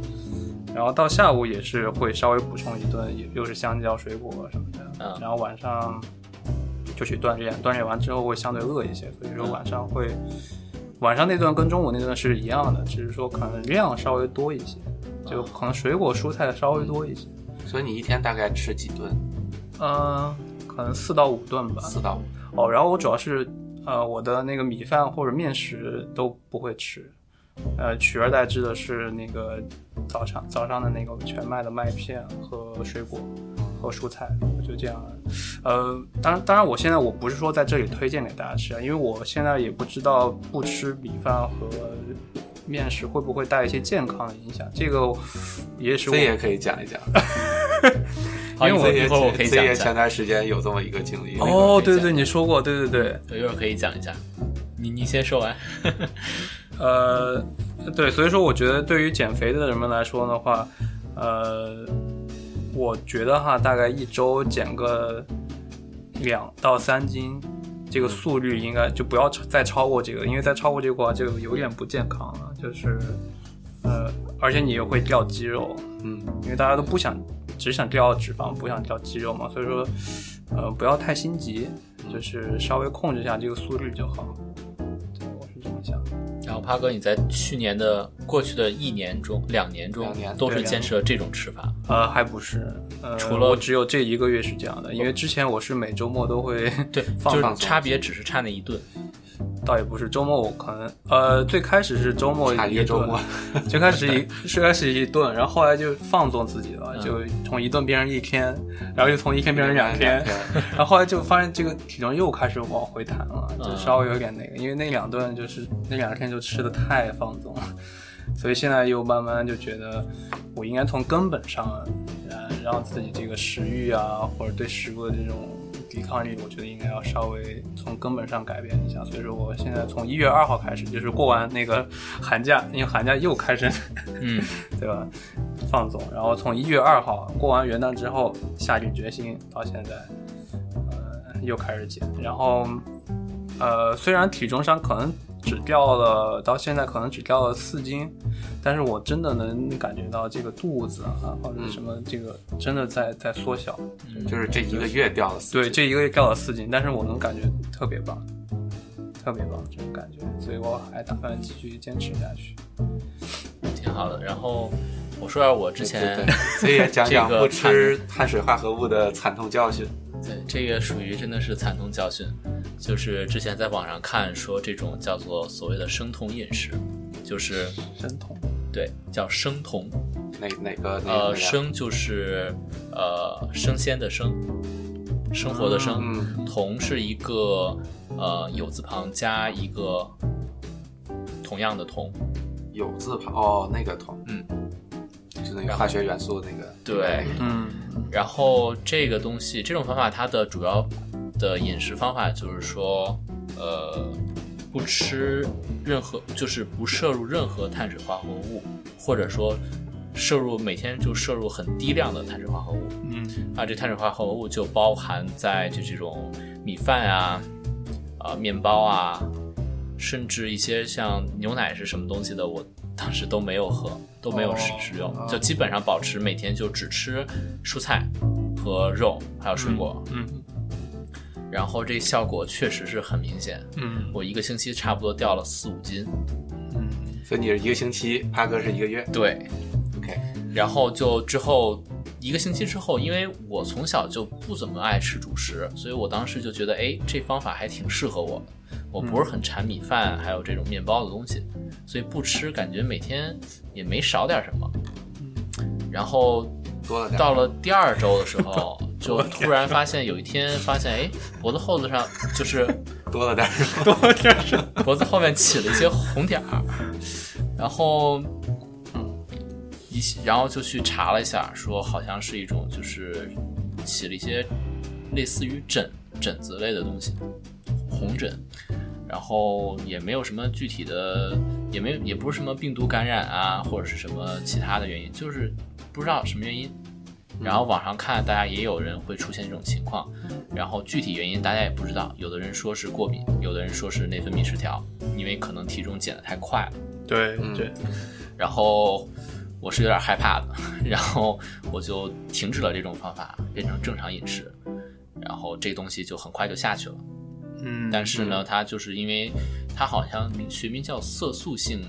[SPEAKER 3] 然后到下午也是会稍微补充一顿，也又是香蕉、水果什么的。
[SPEAKER 2] 嗯
[SPEAKER 3] 然后晚上就去锻炼，锻炼完之后会相对饿一些，所以说晚上会，晚上那顿跟中午那顿是一样的，只是说可能量稍微多一些，就可能水果蔬菜稍微多一些，
[SPEAKER 1] 所以你一天大概吃几顿？
[SPEAKER 3] 嗯、可能四到五顿吧。
[SPEAKER 1] 四到五。
[SPEAKER 3] 哦，然后我主要是呃，我的那个米饭或者面食都不会吃，呃，取而代之的是那个早上早上的那个全麦的麦片和水果和蔬菜，我就这样。呃，当然，当然，我现在我不是说在这里推荐给大家吃啊，因为我现在也不知道不吃米饭和面食会不会带一些健康的影响，这个也是我
[SPEAKER 1] 这也可以讲一讲，
[SPEAKER 2] 好，一
[SPEAKER 3] 因为
[SPEAKER 2] 会
[SPEAKER 1] 这
[SPEAKER 2] 儿
[SPEAKER 1] 也
[SPEAKER 2] 一会儿啊我可以讲
[SPEAKER 1] 也
[SPEAKER 2] 一
[SPEAKER 1] 前
[SPEAKER 2] 下，
[SPEAKER 1] 段时间有这么一个经历。
[SPEAKER 2] 那个我
[SPEAKER 3] 哦，
[SPEAKER 2] 可以
[SPEAKER 3] 对
[SPEAKER 2] 讲
[SPEAKER 3] 对，你说过，对对对，
[SPEAKER 2] 我一会儿可以讲一下。你你先说完，
[SPEAKER 3] 呃，对，所以说我觉得对于减肥的人们来说的话，呃，我觉得哈，大概一周减个两到三斤，这个速率应该就不要超再超过这个，因为再超过这个话就有点不健康了，就是呃，而且你又会掉肌肉，
[SPEAKER 1] 嗯，
[SPEAKER 3] 因为大家都不想只想掉脂肪，不想掉肌肉嘛，所以说呃不要太心急，就是稍微控制一下这个速率就好。对，我是这么想的。
[SPEAKER 2] 然后帕哥，你在去年的过去的一年中、两年中
[SPEAKER 1] 两年
[SPEAKER 2] 都
[SPEAKER 3] 对
[SPEAKER 2] 是
[SPEAKER 3] 两
[SPEAKER 2] 坚持了这种吃法，
[SPEAKER 3] 呃，还不是，呃，
[SPEAKER 2] 除了
[SPEAKER 3] 我只有这一个月是这样的，因为之前我是每周末都会，
[SPEAKER 2] 对，
[SPEAKER 3] 放
[SPEAKER 2] 就
[SPEAKER 1] 放
[SPEAKER 2] 是
[SPEAKER 1] 纵
[SPEAKER 2] 差别只是差那一顿，
[SPEAKER 3] 倒也不是周末，我可能呃，最开始是周末
[SPEAKER 1] 差一
[SPEAKER 3] 一
[SPEAKER 1] 个周
[SPEAKER 3] 顿
[SPEAKER 1] 末，
[SPEAKER 3] 最开始一最开始一顿，然后后来就放纵自己了，
[SPEAKER 2] 嗯
[SPEAKER 3] 就从一顿变成一天，然后又从一天变成两天
[SPEAKER 1] 天，，
[SPEAKER 3] 然后后来就发现这个体重又开始往回弹了，就
[SPEAKER 2] 嗯
[SPEAKER 3] 稍微有点那个，因为那两顿就是那两天就吃的太放纵了，所以现在又慢慢就觉得我应该从根本上，呃，让自己这个食欲啊，或者对食物的这种抵抗力，我觉得应该要稍微从根本上改变一下。所以说，我现在从一月二号开始，就是过完那个寒假，因为寒假又开始
[SPEAKER 2] 嗯，
[SPEAKER 3] 对吧？放纵，然后从一月二号过完元旦之后下定决心，到现在，呃，又开始减。然后，呃，虽然体重上可能只掉了，到现在可能只掉了四斤，但是我真的能感觉到这个肚子啊，或者是什么这个真的在在缩小。
[SPEAKER 2] 嗯
[SPEAKER 1] 就是这一个月掉了四
[SPEAKER 3] 对，
[SPEAKER 1] 斤。
[SPEAKER 3] 这一个月掉了四斤，但是我能感觉特别棒，特别棒这种感觉，所以我还打算继续坚持下去。
[SPEAKER 2] 嗯挺好的。然后我说下我之前
[SPEAKER 1] 对，对所以也讲讲
[SPEAKER 2] 这个
[SPEAKER 1] 不吃碳水化合物的惨痛教训。
[SPEAKER 2] 对，这个属于真的是惨痛教训，就是之前在网上看说这种叫做所谓的生酮饮食，就是
[SPEAKER 3] 生酮，
[SPEAKER 2] 对叫生酮，
[SPEAKER 1] 哪哪个哪
[SPEAKER 2] 呃，
[SPEAKER 1] 个？
[SPEAKER 2] 生就是呃生鲜的生，生活的生，
[SPEAKER 1] 嗯，
[SPEAKER 2] 酮是一个呃有字旁加一个同样的同，
[SPEAKER 1] 有字旁哦，那个同，
[SPEAKER 2] 嗯，
[SPEAKER 1] 就那个化学元素那个。
[SPEAKER 2] 对，
[SPEAKER 3] 嗯
[SPEAKER 2] 然后这个东西，这种方法它的主要的饮食方法就是说，呃，不吃任何，就是不摄入任何碳水化合物，或者说摄入每天就摄入很低量的碳水化合物。
[SPEAKER 3] 嗯
[SPEAKER 2] 啊那这碳水化合物就包含在就这种米饭啊、啊、面包啊，甚至一些像牛奶是什么东西的，我当时都没有喝，都没有食
[SPEAKER 3] 哦
[SPEAKER 2] 食用，
[SPEAKER 3] 哦
[SPEAKER 2] 就基本上保持每天就只吃蔬菜和肉，还有水果，
[SPEAKER 3] 嗯
[SPEAKER 2] 然后这效果确实是很明显。
[SPEAKER 3] 嗯
[SPEAKER 2] 我一个星期差不多掉了四五斤，
[SPEAKER 3] 嗯
[SPEAKER 1] 所以你是一个星期，帕哥是一个月。
[SPEAKER 2] 对，
[SPEAKER 1] OK，
[SPEAKER 2] 然后就之后一个星期之后，因为我从小就不怎么爱吃主食，所以我当时就觉得，哎，这方法还挺适合我的。我不是很馋米饭，还有这种面包的东西，所以不吃感觉每天也没少点什么。然后
[SPEAKER 1] 多了点。
[SPEAKER 2] 到了第二周的时候，就突然发现有一天发现，哎，脖子后子上就是
[SPEAKER 1] 多了点儿，
[SPEAKER 2] 脖子后面起了一些红点儿，然后，嗯，一起然后就去查了一下，说好像是一种就是起了一些类似于疹疹子类的东西，红疹，然后也没有什么具体的，也没也不是什么病毒感染啊，或者是什么其他的原因，就是不知道什么原因。然后网上看，大家也有人会出现这种情况，然后具体原因大家也不知道，有的人说是过敏，有的人说是内分泌失调，因为可能体重减得太快了。
[SPEAKER 3] 对
[SPEAKER 1] 嗯
[SPEAKER 3] 对
[SPEAKER 2] 然后我是有点害怕的， 然后我就停止了这种方法，变成正常饮食，然后这东西就很快就下去了。
[SPEAKER 3] 嗯
[SPEAKER 2] 但是呢，它就是因为它好像学名叫色素性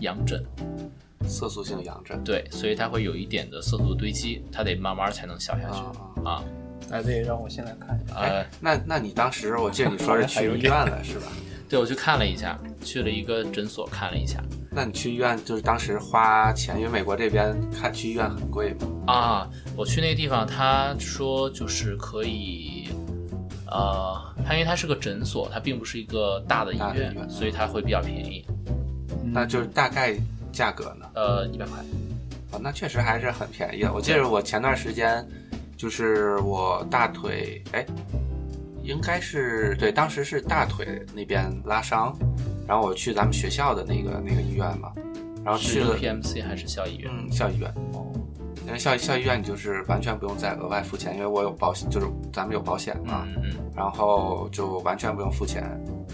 [SPEAKER 2] 痒疹，
[SPEAKER 1] 色素性痒疹。
[SPEAKER 2] 对，所以它会有一点的色素堆积，它得慢慢才能消下去
[SPEAKER 1] 啊啊
[SPEAKER 2] 啊。
[SPEAKER 3] 来对，让我先来看一下。
[SPEAKER 2] 呃，
[SPEAKER 1] 那那你当时我记得你 说是去医院了是吧？
[SPEAKER 2] 对我去看了一下，去了一个诊所看了一下，
[SPEAKER 1] 那你去医院就是当时花钱，因为美国这边看去医院很贵嘛。
[SPEAKER 2] 啊，我去那个地方，他说就是可以，呃，他因为它是个诊所，它并不是一个大的医
[SPEAKER 1] 大的
[SPEAKER 2] 院
[SPEAKER 1] 医，院
[SPEAKER 2] 所以它会比较便宜，
[SPEAKER 3] 嗯
[SPEAKER 1] 那就是大概价格呢？
[SPEAKER 2] 呃，一百块。
[SPEAKER 1] 啊，那确实还是很便宜的。我记得我前段时间，就是我大腿，哎，应该是对，当时是大腿那边拉伤，然后我去咱们学校的那个那个医院嘛，然后去
[SPEAKER 2] 是
[SPEAKER 1] 了
[SPEAKER 2] PMC 还是校医院？
[SPEAKER 1] 嗯校医院，
[SPEAKER 2] 哦，
[SPEAKER 1] 因为校校医院你就是完全不用再额外付钱，因为我有保险，就是咱们有保险嘛，
[SPEAKER 2] 嗯嗯，
[SPEAKER 1] 然后就完全不用付钱。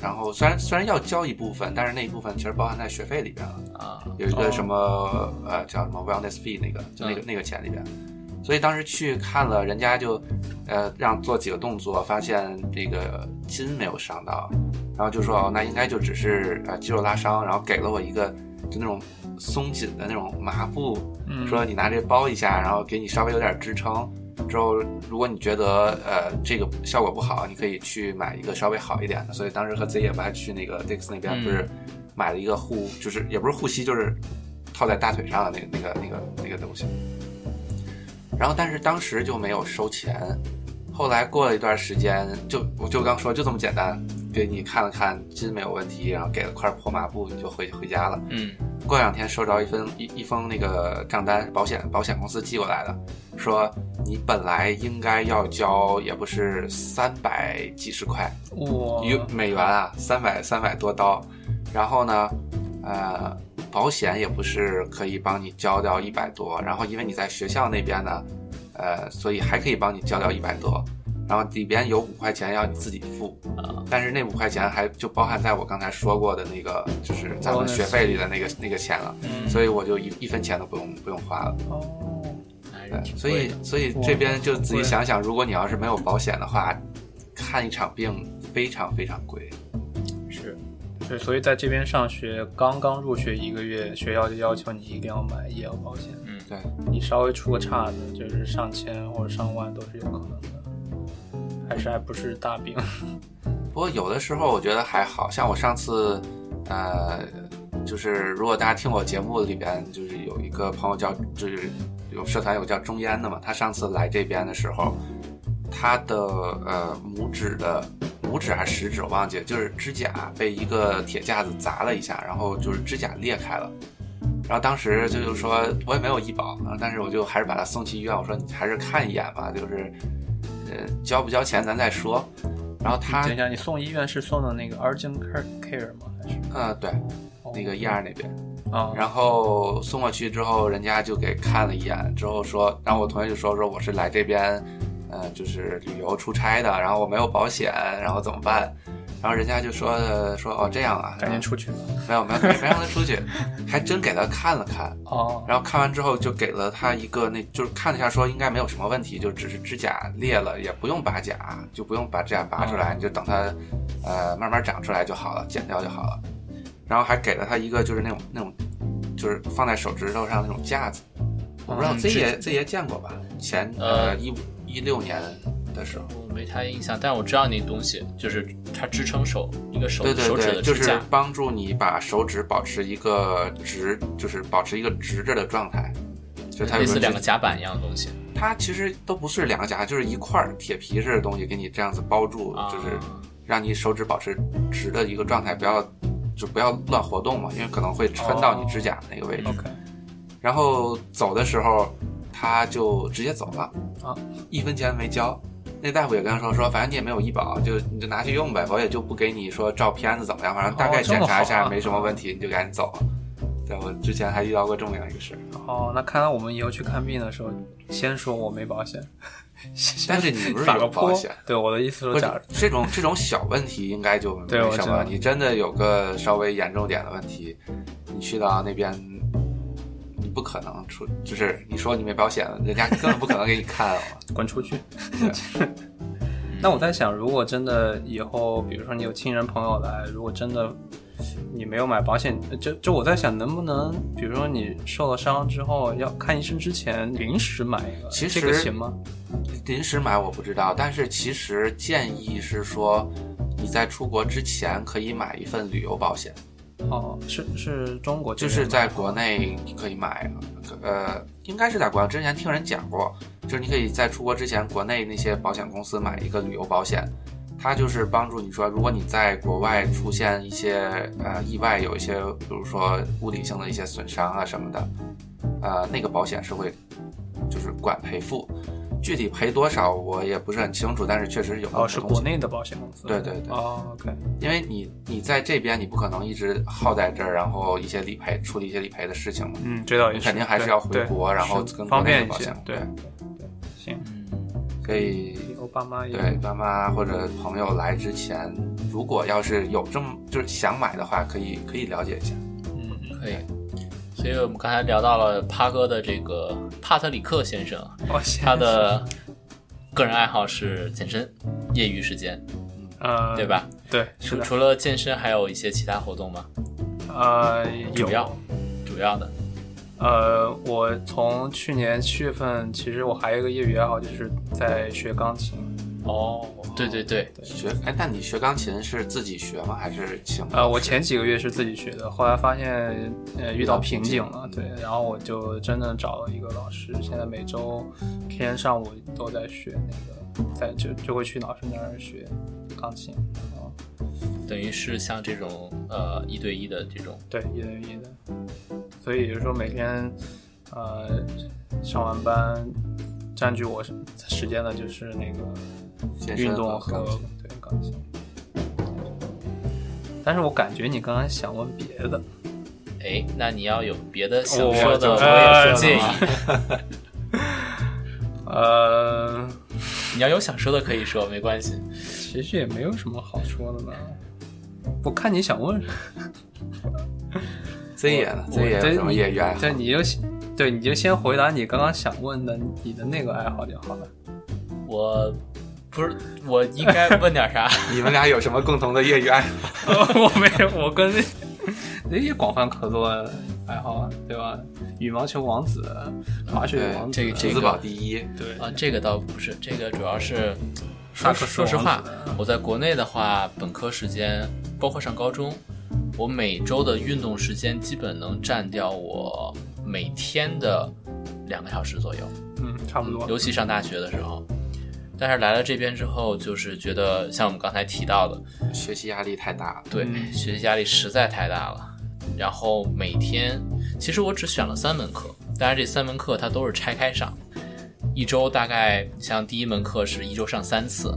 [SPEAKER 1] 然后虽然虽然要交一部分，但是那一部分其实包含在学费里边了。
[SPEAKER 2] 嗯啊，
[SPEAKER 1] 有一个什么、呃叫什么 wellness fee 那个就那个、
[SPEAKER 2] 嗯
[SPEAKER 1] 那个钱里边，所以当时去看了，人家就呃让做几个动作，发现这个筋没有伤到，然后就说哦那应该就只是呃肌肉拉伤，然后给了我一个就那种松紧的那种麻布，
[SPEAKER 3] 嗯
[SPEAKER 1] 说你拿这包一下，然后给你稍微有点支撑。之后，如果你觉得呃这个效果不好，你可以去买一个稍微好一点的。所以当时和 Z 也不还去那个 Dix 那边
[SPEAKER 2] 嗯
[SPEAKER 1] 不是买了一个护，就是也不是护膝，就是套在大腿上的那个那个那个那个东西。然后但是当时就没有收钱，后来过了一段时间，就我就刚说就这么简单，给你看了看筋没有问题，然后给了块破麻布，你就回回家了。
[SPEAKER 2] 嗯
[SPEAKER 1] 过两天收着一封一一封那个账单，保险保险公司寄过来的，说你本来应该要交也不是三百几十块，
[SPEAKER 3] 哇
[SPEAKER 1] 一美元啊，三百三百多刀，然后呢，呃，保险也不是可以帮你交掉一百多，然后因为你在学校那边呢，呃，所以还可以帮你交掉一百多，然后里边有五块钱要你自己付，
[SPEAKER 2] 啊
[SPEAKER 1] 但是那五块钱还就包含在我刚才说过的那个，就是咱们
[SPEAKER 3] Bonus
[SPEAKER 1] 学费里的那个那个钱了，
[SPEAKER 3] 嗯
[SPEAKER 1] 所以我就一一分钱都不用不用花了。
[SPEAKER 3] 哦
[SPEAKER 2] 还是
[SPEAKER 1] 对，
[SPEAKER 2] 挺
[SPEAKER 1] 所
[SPEAKER 2] 贵
[SPEAKER 1] 以
[SPEAKER 2] 的。
[SPEAKER 1] 所以
[SPEAKER 3] 哇
[SPEAKER 1] 这边就仔
[SPEAKER 3] 好
[SPEAKER 1] 细
[SPEAKER 3] 贵
[SPEAKER 1] 想想，如果你要是没有保险的话，看一场病非常非常贵。
[SPEAKER 2] 是
[SPEAKER 3] 对，所以在这边上学，刚刚入学一个月，学校就要求你一定要买医疗保险，
[SPEAKER 2] 嗯
[SPEAKER 1] 对，
[SPEAKER 3] 你稍微出个岔子，就是上千或者上万都是有可能的，还是还不是大 病。
[SPEAKER 1] 不过有的时候我觉得还好像我上次，呃，就是如果大家听我节目里边，就是有一个朋友叫，就是有社团有个叫中烟的嘛，他上次来这边的时候，他的呃拇指的拇指还是食指我忘记了，就是指甲被一个铁架子砸了一下，然后就是指甲裂开了。然后当时就是说我也没有医保，然后但是我就还是把他送去医院，我说你还是看一眼吧，就是呃交不交钱咱再说。然后他
[SPEAKER 3] 等一下，你送医院是送的那个 urgent care care 吗？还是哦
[SPEAKER 1] 呃对那个一二那边，
[SPEAKER 3] 啊？
[SPEAKER 1] 然后送过去之后，人家就给看了一眼，之后说，然后我同学就说说我是来这边，呃，就是旅游出差的，然后我没有保险，然后怎么办？然后人家就说呃说哦这样啊，
[SPEAKER 3] 赶紧出去吧。
[SPEAKER 1] 没有没有没没让他 出去，还真给他看了看，
[SPEAKER 3] 哦，
[SPEAKER 1] 然后看完之后就给了他一个那就是看了一下说应该没有什么问题，就只是指甲裂了，也不用拔甲，就不用把指甲拔出
[SPEAKER 2] 嗯
[SPEAKER 1] 来，你就等它呃慢慢长出来就好了，剪掉就好了。然后还给了他一个就是那种那种就是放在手指头上那种架子，我不知道
[SPEAKER 3] 嗯
[SPEAKER 1] 这
[SPEAKER 3] 指
[SPEAKER 1] 爷这爷见过吧？前
[SPEAKER 2] 呃
[SPEAKER 1] 呃一五一六年的时候。
[SPEAKER 2] 我没太印象，但是我知道那东西，就是它支撑手一个手
[SPEAKER 1] 对对
[SPEAKER 2] 手指
[SPEAKER 1] 对，
[SPEAKER 2] 的
[SPEAKER 1] 就
[SPEAKER 2] 支
[SPEAKER 1] 是
[SPEAKER 2] 架。
[SPEAKER 1] 帮助你把手指保持一个直，就是保持一个直着的状态，就它有
[SPEAKER 2] 类似
[SPEAKER 1] 个
[SPEAKER 2] 两个夹板一样的东西，
[SPEAKER 1] 它其实都不是两个夹，就是一块儿铁皮似的东西给你这样子包住，
[SPEAKER 2] 啊
[SPEAKER 1] 就是让你手指保持直的一个状态，不要就不要乱活动嘛，因为可能会穿到你指甲那个位置。
[SPEAKER 3] OK，
[SPEAKER 1] 然后走的时候，他就直接走了
[SPEAKER 3] 啊，
[SPEAKER 1] 一分钱没交。那大夫也跟他说说，反正你也没有医保，就你就拿去用呗，我也就不给你说照片子怎么样，反正大概
[SPEAKER 3] 哦这么
[SPEAKER 1] 检查一
[SPEAKER 3] 好
[SPEAKER 1] 下、
[SPEAKER 3] 啊
[SPEAKER 1] 没什么问题，你就赶紧走。对，我之前还遇到过这么样一个事儿。
[SPEAKER 3] 哦，那看来我们以后去看病的时候，先说我没保险，
[SPEAKER 1] 但是你不是
[SPEAKER 3] 打个
[SPEAKER 1] 有保
[SPEAKER 3] 坡
[SPEAKER 1] 险？
[SPEAKER 3] 对，我的意思
[SPEAKER 1] 不
[SPEAKER 3] 说
[SPEAKER 1] 是
[SPEAKER 3] 假如，
[SPEAKER 1] 这种这种小问题应该就
[SPEAKER 3] 对
[SPEAKER 1] 没
[SPEAKER 3] 我
[SPEAKER 1] 什
[SPEAKER 3] 知
[SPEAKER 1] 么。
[SPEAKER 3] 道
[SPEAKER 1] 你真的有个稍微严重点的问题，你去到那边，你不可能出，就是你说你没保险，人家根本不可能给你看啊
[SPEAKER 3] 滚出去。 那我在想，如果真的以后，比如说你有亲人朋友来，如果真的你没有买保险，呃就就我在想，能不能，比如说你受了伤之后，要看医生之前临时买一个，
[SPEAKER 1] 其实
[SPEAKER 3] 这个行吗？
[SPEAKER 1] 临时买我不知道，但是其实建议是说，你在出国之前可以买一份旅游保险，
[SPEAKER 3] 哦，是是中国这
[SPEAKER 1] 就是
[SPEAKER 3] 边吗
[SPEAKER 1] 在国内你可以买，呃，应该是在国内，之前听人讲过，就是你可以在出国之前，国内那些保险公司买一个旅游保险，它就是帮助你说，如果你在国外出现一些呃意外，有一些比如说物理性的一些损伤啊什么的，呃，那个保险是会就是管赔付，具体赔多少我也不是很清楚，但是确实有那
[SPEAKER 3] 哦，
[SPEAKER 1] 个
[SPEAKER 3] 是
[SPEAKER 1] 东西
[SPEAKER 3] 国内的保险公司。
[SPEAKER 1] 对对对
[SPEAKER 3] 哦，OK，
[SPEAKER 1] 因为你你在这边你不可能一直耗在这儿，然后一些理赔处理一些理赔的事情嘛。
[SPEAKER 3] 嗯，这倒也
[SPEAKER 1] 你
[SPEAKER 3] 是，
[SPEAKER 1] 肯定还是
[SPEAKER 3] 对
[SPEAKER 1] 要回
[SPEAKER 3] 对
[SPEAKER 1] 国然后
[SPEAKER 3] 是
[SPEAKER 1] 跟国
[SPEAKER 3] 方
[SPEAKER 1] 内
[SPEAKER 3] 便
[SPEAKER 1] 的
[SPEAKER 3] 一
[SPEAKER 1] 保
[SPEAKER 3] 些
[SPEAKER 1] 险，
[SPEAKER 3] 对
[SPEAKER 1] 对
[SPEAKER 3] 对，行，
[SPEAKER 2] 嗯，
[SPEAKER 1] 所以
[SPEAKER 3] 比奥巴马也
[SPEAKER 1] 对爸妈或者朋友来之前，如果要是有这么就是想买的话，可以可以了解一下。
[SPEAKER 3] 嗯，
[SPEAKER 2] 可以。所以我们刚才聊到了帕哥的这个帕特里克先生，
[SPEAKER 3] 保险
[SPEAKER 2] 他的个人爱好是健身，业余时间，
[SPEAKER 3] 呃，
[SPEAKER 2] 对？吧？
[SPEAKER 3] 对，是
[SPEAKER 2] 除
[SPEAKER 3] 的，
[SPEAKER 2] 除了健身，还有一些其他活动吗？
[SPEAKER 3] 呃，有
[SPEAKER 2] 主要主要的，
[SPEAKER 3] 呃，我从去年七月份，其实我还有一个业余爱好，就是在学钢琴。
[SPEAKER 2] 哦，对对对，
[SPEAKER 1] 学哎，那你学钢琴是自己学吗？还是请？
[SPEAKER 3] 呃，我前几个月是自己学的，后来发现呃遇到瓶颈了
[SPEAKER 1] 嗯，
[SPEAKER 3] 对，然后我就真的找了一个老师，现在每周天上午都在学那个，在就就会去老师那儿学钢琴。然后
[SPEAKER 2] 等于是像这种呃一对一的这种，
[SPEAKER 3] 对，一对一的。所以也就是说，每天呃上完班占据我时时间的就是那个
[SPEAKER 1] 健
[SPEAKER 3] 运
[SPEAKER 1] 身
[SPEAKER 3] 动
[SPEAKER 1] 和
[SPEAKER 3] 和
[SPEAKER 1] 钢琴
[SPEAKER 3] 对钢琴。但是我感觉你刚刚想问别的，
[SPEAKER 2] 哎，那你要有别的想
[SPEAKER 3] 我
[SPEAKER 2] 说的，
[SPEAKER 3] 我
[SPEAKER 2] 我也
[SPEAKER 3] 哎
[SPEAKER 2] 是建议。
[SPEAKER 3] 呃，
[SPEAKER 2] 你要有想说的可以说，没关系。
[SPEAKER 3] 其实也没有什么好说的吧。我看你想问什么，
[SPEAKER 1] Z 爷呢
[SPEAKER 3] 我
[SPEAKER 1] ？Z 爷有
[SPEAKER 3] 对
[SPEAKER 1] 什么
[SPEAKER 3] 你
[SPEAKER 1] 业余爱好？
[SPEAKER 3] 对，你就对，你就先回答你刚刚想问的你的那个爱好就好了。
[SPEAKER 2] 我不是，我应该问点啥？
[SPEAKER 1] 你们俩有什么共同的业余爱 好？
[SPEAKER 3] 我没有，我跟那些广泛合作爱好啊，对吧？羽毛球王子、滑雪王子，
[SPEAKER 2] 这个这
[SPEAKER 1] 匹
[SPEAKER 2] 个
[SPEAKER 1] 兹堡第一，
[SPEAKER 3] 对
[SPEAKER 2] 啊，这个倒不是，这个主要是说
[SPEAKER 3] 那可是
[SPEAKER 2] 说啊实
[SPEAKER 3] 王
[SPEAKER 2] 话
[SPEAKER 3] 子，
[SPEAKER 2] 我在国内的话，本科时间包括上高中，我每周的运动时间基本能占掉我每天的两个小时左右。
[SPEAKER 3] 嗯，差不多。
[SPEAKER 2] 尤其上大学的时候。但是来了这边之后，就是觉得像我们刚才提到的，
[SPEAKER 1] 学习压力太大了。
[SPEAKER 2] 对，
[SPEAKER 3] 嗯
[SPEAKER 2] 学习压力实在太大了。然后每天其实我只选了三门课，当然这三门课它都是拆开上，一周大概像第一门课是一周上三次，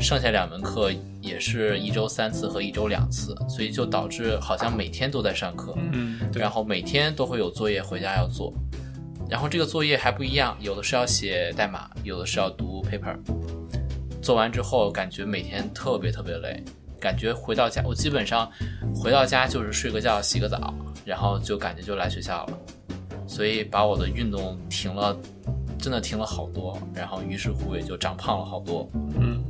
[SPEAKER 2] 剩下两门课也是一周三次和一周两次，所以就导致好像每天都在上课，
[SPEAKER 3] 嗯，对
[SPEAKER 2] 然后每天都会有作业回家要做，然后这个作业还不一样，有的是要写代码，有的是要读 paper。做完之后，感觉每天特别特别累，感觉回到家，我基本上回到家就是睡个觉、洗个澡，然后就感觉就来学校了，所以把我的运动停了，真的停了好多，然后于是乎也就长胖了好多。
[SPEAKER 3] 嗯，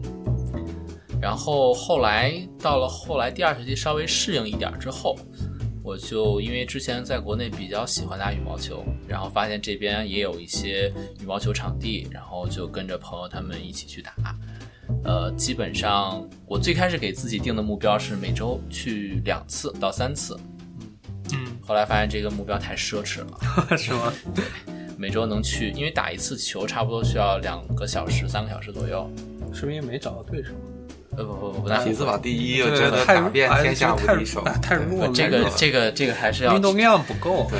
[SPEAKER 2] 然后后来到了后来第二学期稍微适应一点之后，我就因为之前在国内比较喜欢打羽毛球，然后发现这边也有一些羽毛球场地，然后就跟着朋友他们一起去打。呃，基本上我最开始给自己定的目标是每周去两次到三次，
[SPEAKER 3] 嗯，
[SPEAKER 2] 后来发现这个目标太奢侈了。
[SPEAKER 3] 是吗？
[SPEAKER 2] 每周能去，因为打一次球差不多需要两个小时、三个小时左右。
[SPEAKER 3] 说明没找到对手，
[SPEAKER 2] 呃，不不不不，那
[SPEAKER 1] 匹兹堡第一，我
[SPEAKER 3] 对
[SPEAKER 1] 觉得
[SPEAKER 3] 太
[SPEAKER 1] 打遍
[SPEAKER 3] 哎
[SPEAKER 1] 天下无
[SPEAKER 3] 这个
[SPEAKER 1] 敌手
[SPEAKER 3] 太，太弱了
[SPEAKER 2] 这个这个这个还是要
[SPEAKER 3] 运动量不够。
[SPEAKER 1] 对，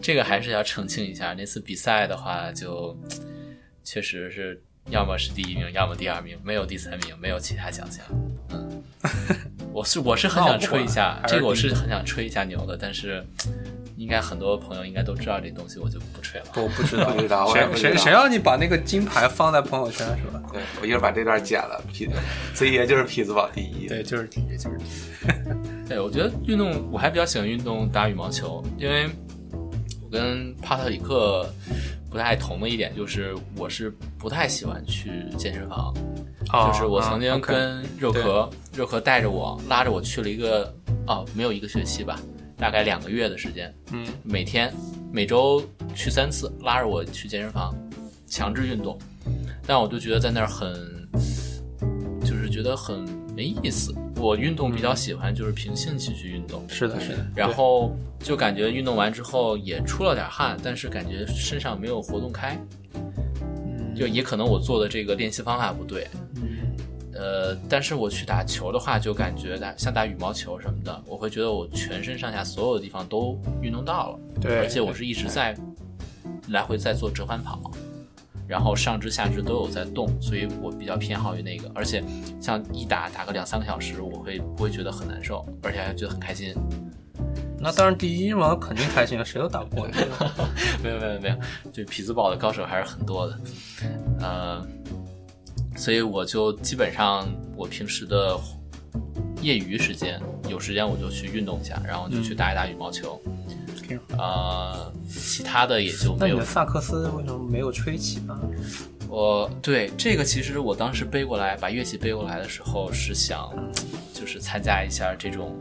[SPEAKER 2] 这个还是要澄清一下，那次比赛的话就，确实是要么是第一名，要么第二名，没有第三名，没有其他奖项。嗯，我是我是很想吹一下
[SPEAKER 3] 那我不管还是
[SPEAKER 2] 这个，我是很想吹一下牛的，但是应该很多朋友应该都知道这东西，我就不吹了。
[SPEAKER 3] 我不知道，
[SPEAKER 1] 不知道我也
[SPEAKER 3] 谁
[SPEAKER 1] 不知
[SPEAKER 3] 谁
[SPEAKER 1] 道
[SPEAKER 3] 谁让你把那个金牌放在朋友圈是吧？
[SPEAKER 1] 对我一会儿把这段剪了。匹，所以也就是匹兹堡第一。
[SPEAKER 3] 对，就是第一，就是第一。
[SPEAKER 2] 对，我觉得运动我还比较喜欢运动打羽毛球，因为我跟帕特里克不太同的一点就是，我是不太喜欢去健身房。
[SPEAKER 3] 哦
[SPEAKER 2] 就是
[SPEAKER 3] 嗯
[SPEAKER 2] 我曾经跟肉壳，肉壳带着我拉着我去了一个哦，没有一个学期吧，大概两个月的时间，
[SPEAKER 3] 嗯，
[SPEAKER 2] 每天每周去三次，拉着我去健身房，强制运动，但我就觉得在那儿很，就是觉得很没意思。我运动比较喜欢就是凭兴趣去运动，
[SPEAKER 3] 是的，是的。
[SPEAKER 2] 然后就感觉运动完之后也出了点汗，但是感觉身上没有活动开，
[SPEAKER 3] 嗯
[SPEAKER 2] 就也可能我做的这个练习方法不对。呃，但是我去打球的话，就感觉打像打羽毛球什么的，我会觉得我全身上下所有的地方都运动到了，
[SPEAKER 3] 对，
[SPEAKER 2] 而且我是一直在来回在做折返跑，然后上肢下肢都有在动，所以我比较偏好于那个。而且像一打打个两三个小时，我会不会觉得很难受，而且还觉得很开心。
[SPEAKER 3] 那当然第一嘛，肯定开心，谁都打不过你。
[SPEAKER 2] 没有没有没有，就匹兹堡的高手还是很多的，呃，所以我就基本上我平时的业余时间有时间我就去运动一下，然后就
[SPEAKER 3] 嗯
[SPEAKER 2] 去打一打羽毛球，
[SPEAKER 3] 挺
[SPEAKER 2] 呃，其他的也就
[SPEAKER 3] 那
[SPEAKER 2] 没
[SPEAKER 3] 你
[SPEAKER 2] 有
[SPEAKER 3] 的。萨克斯为什么没有吹起呢？
[SPEAKER 2] 我对这个其实我当时背过来把乐器背过来的时候是想，就是参加一下这种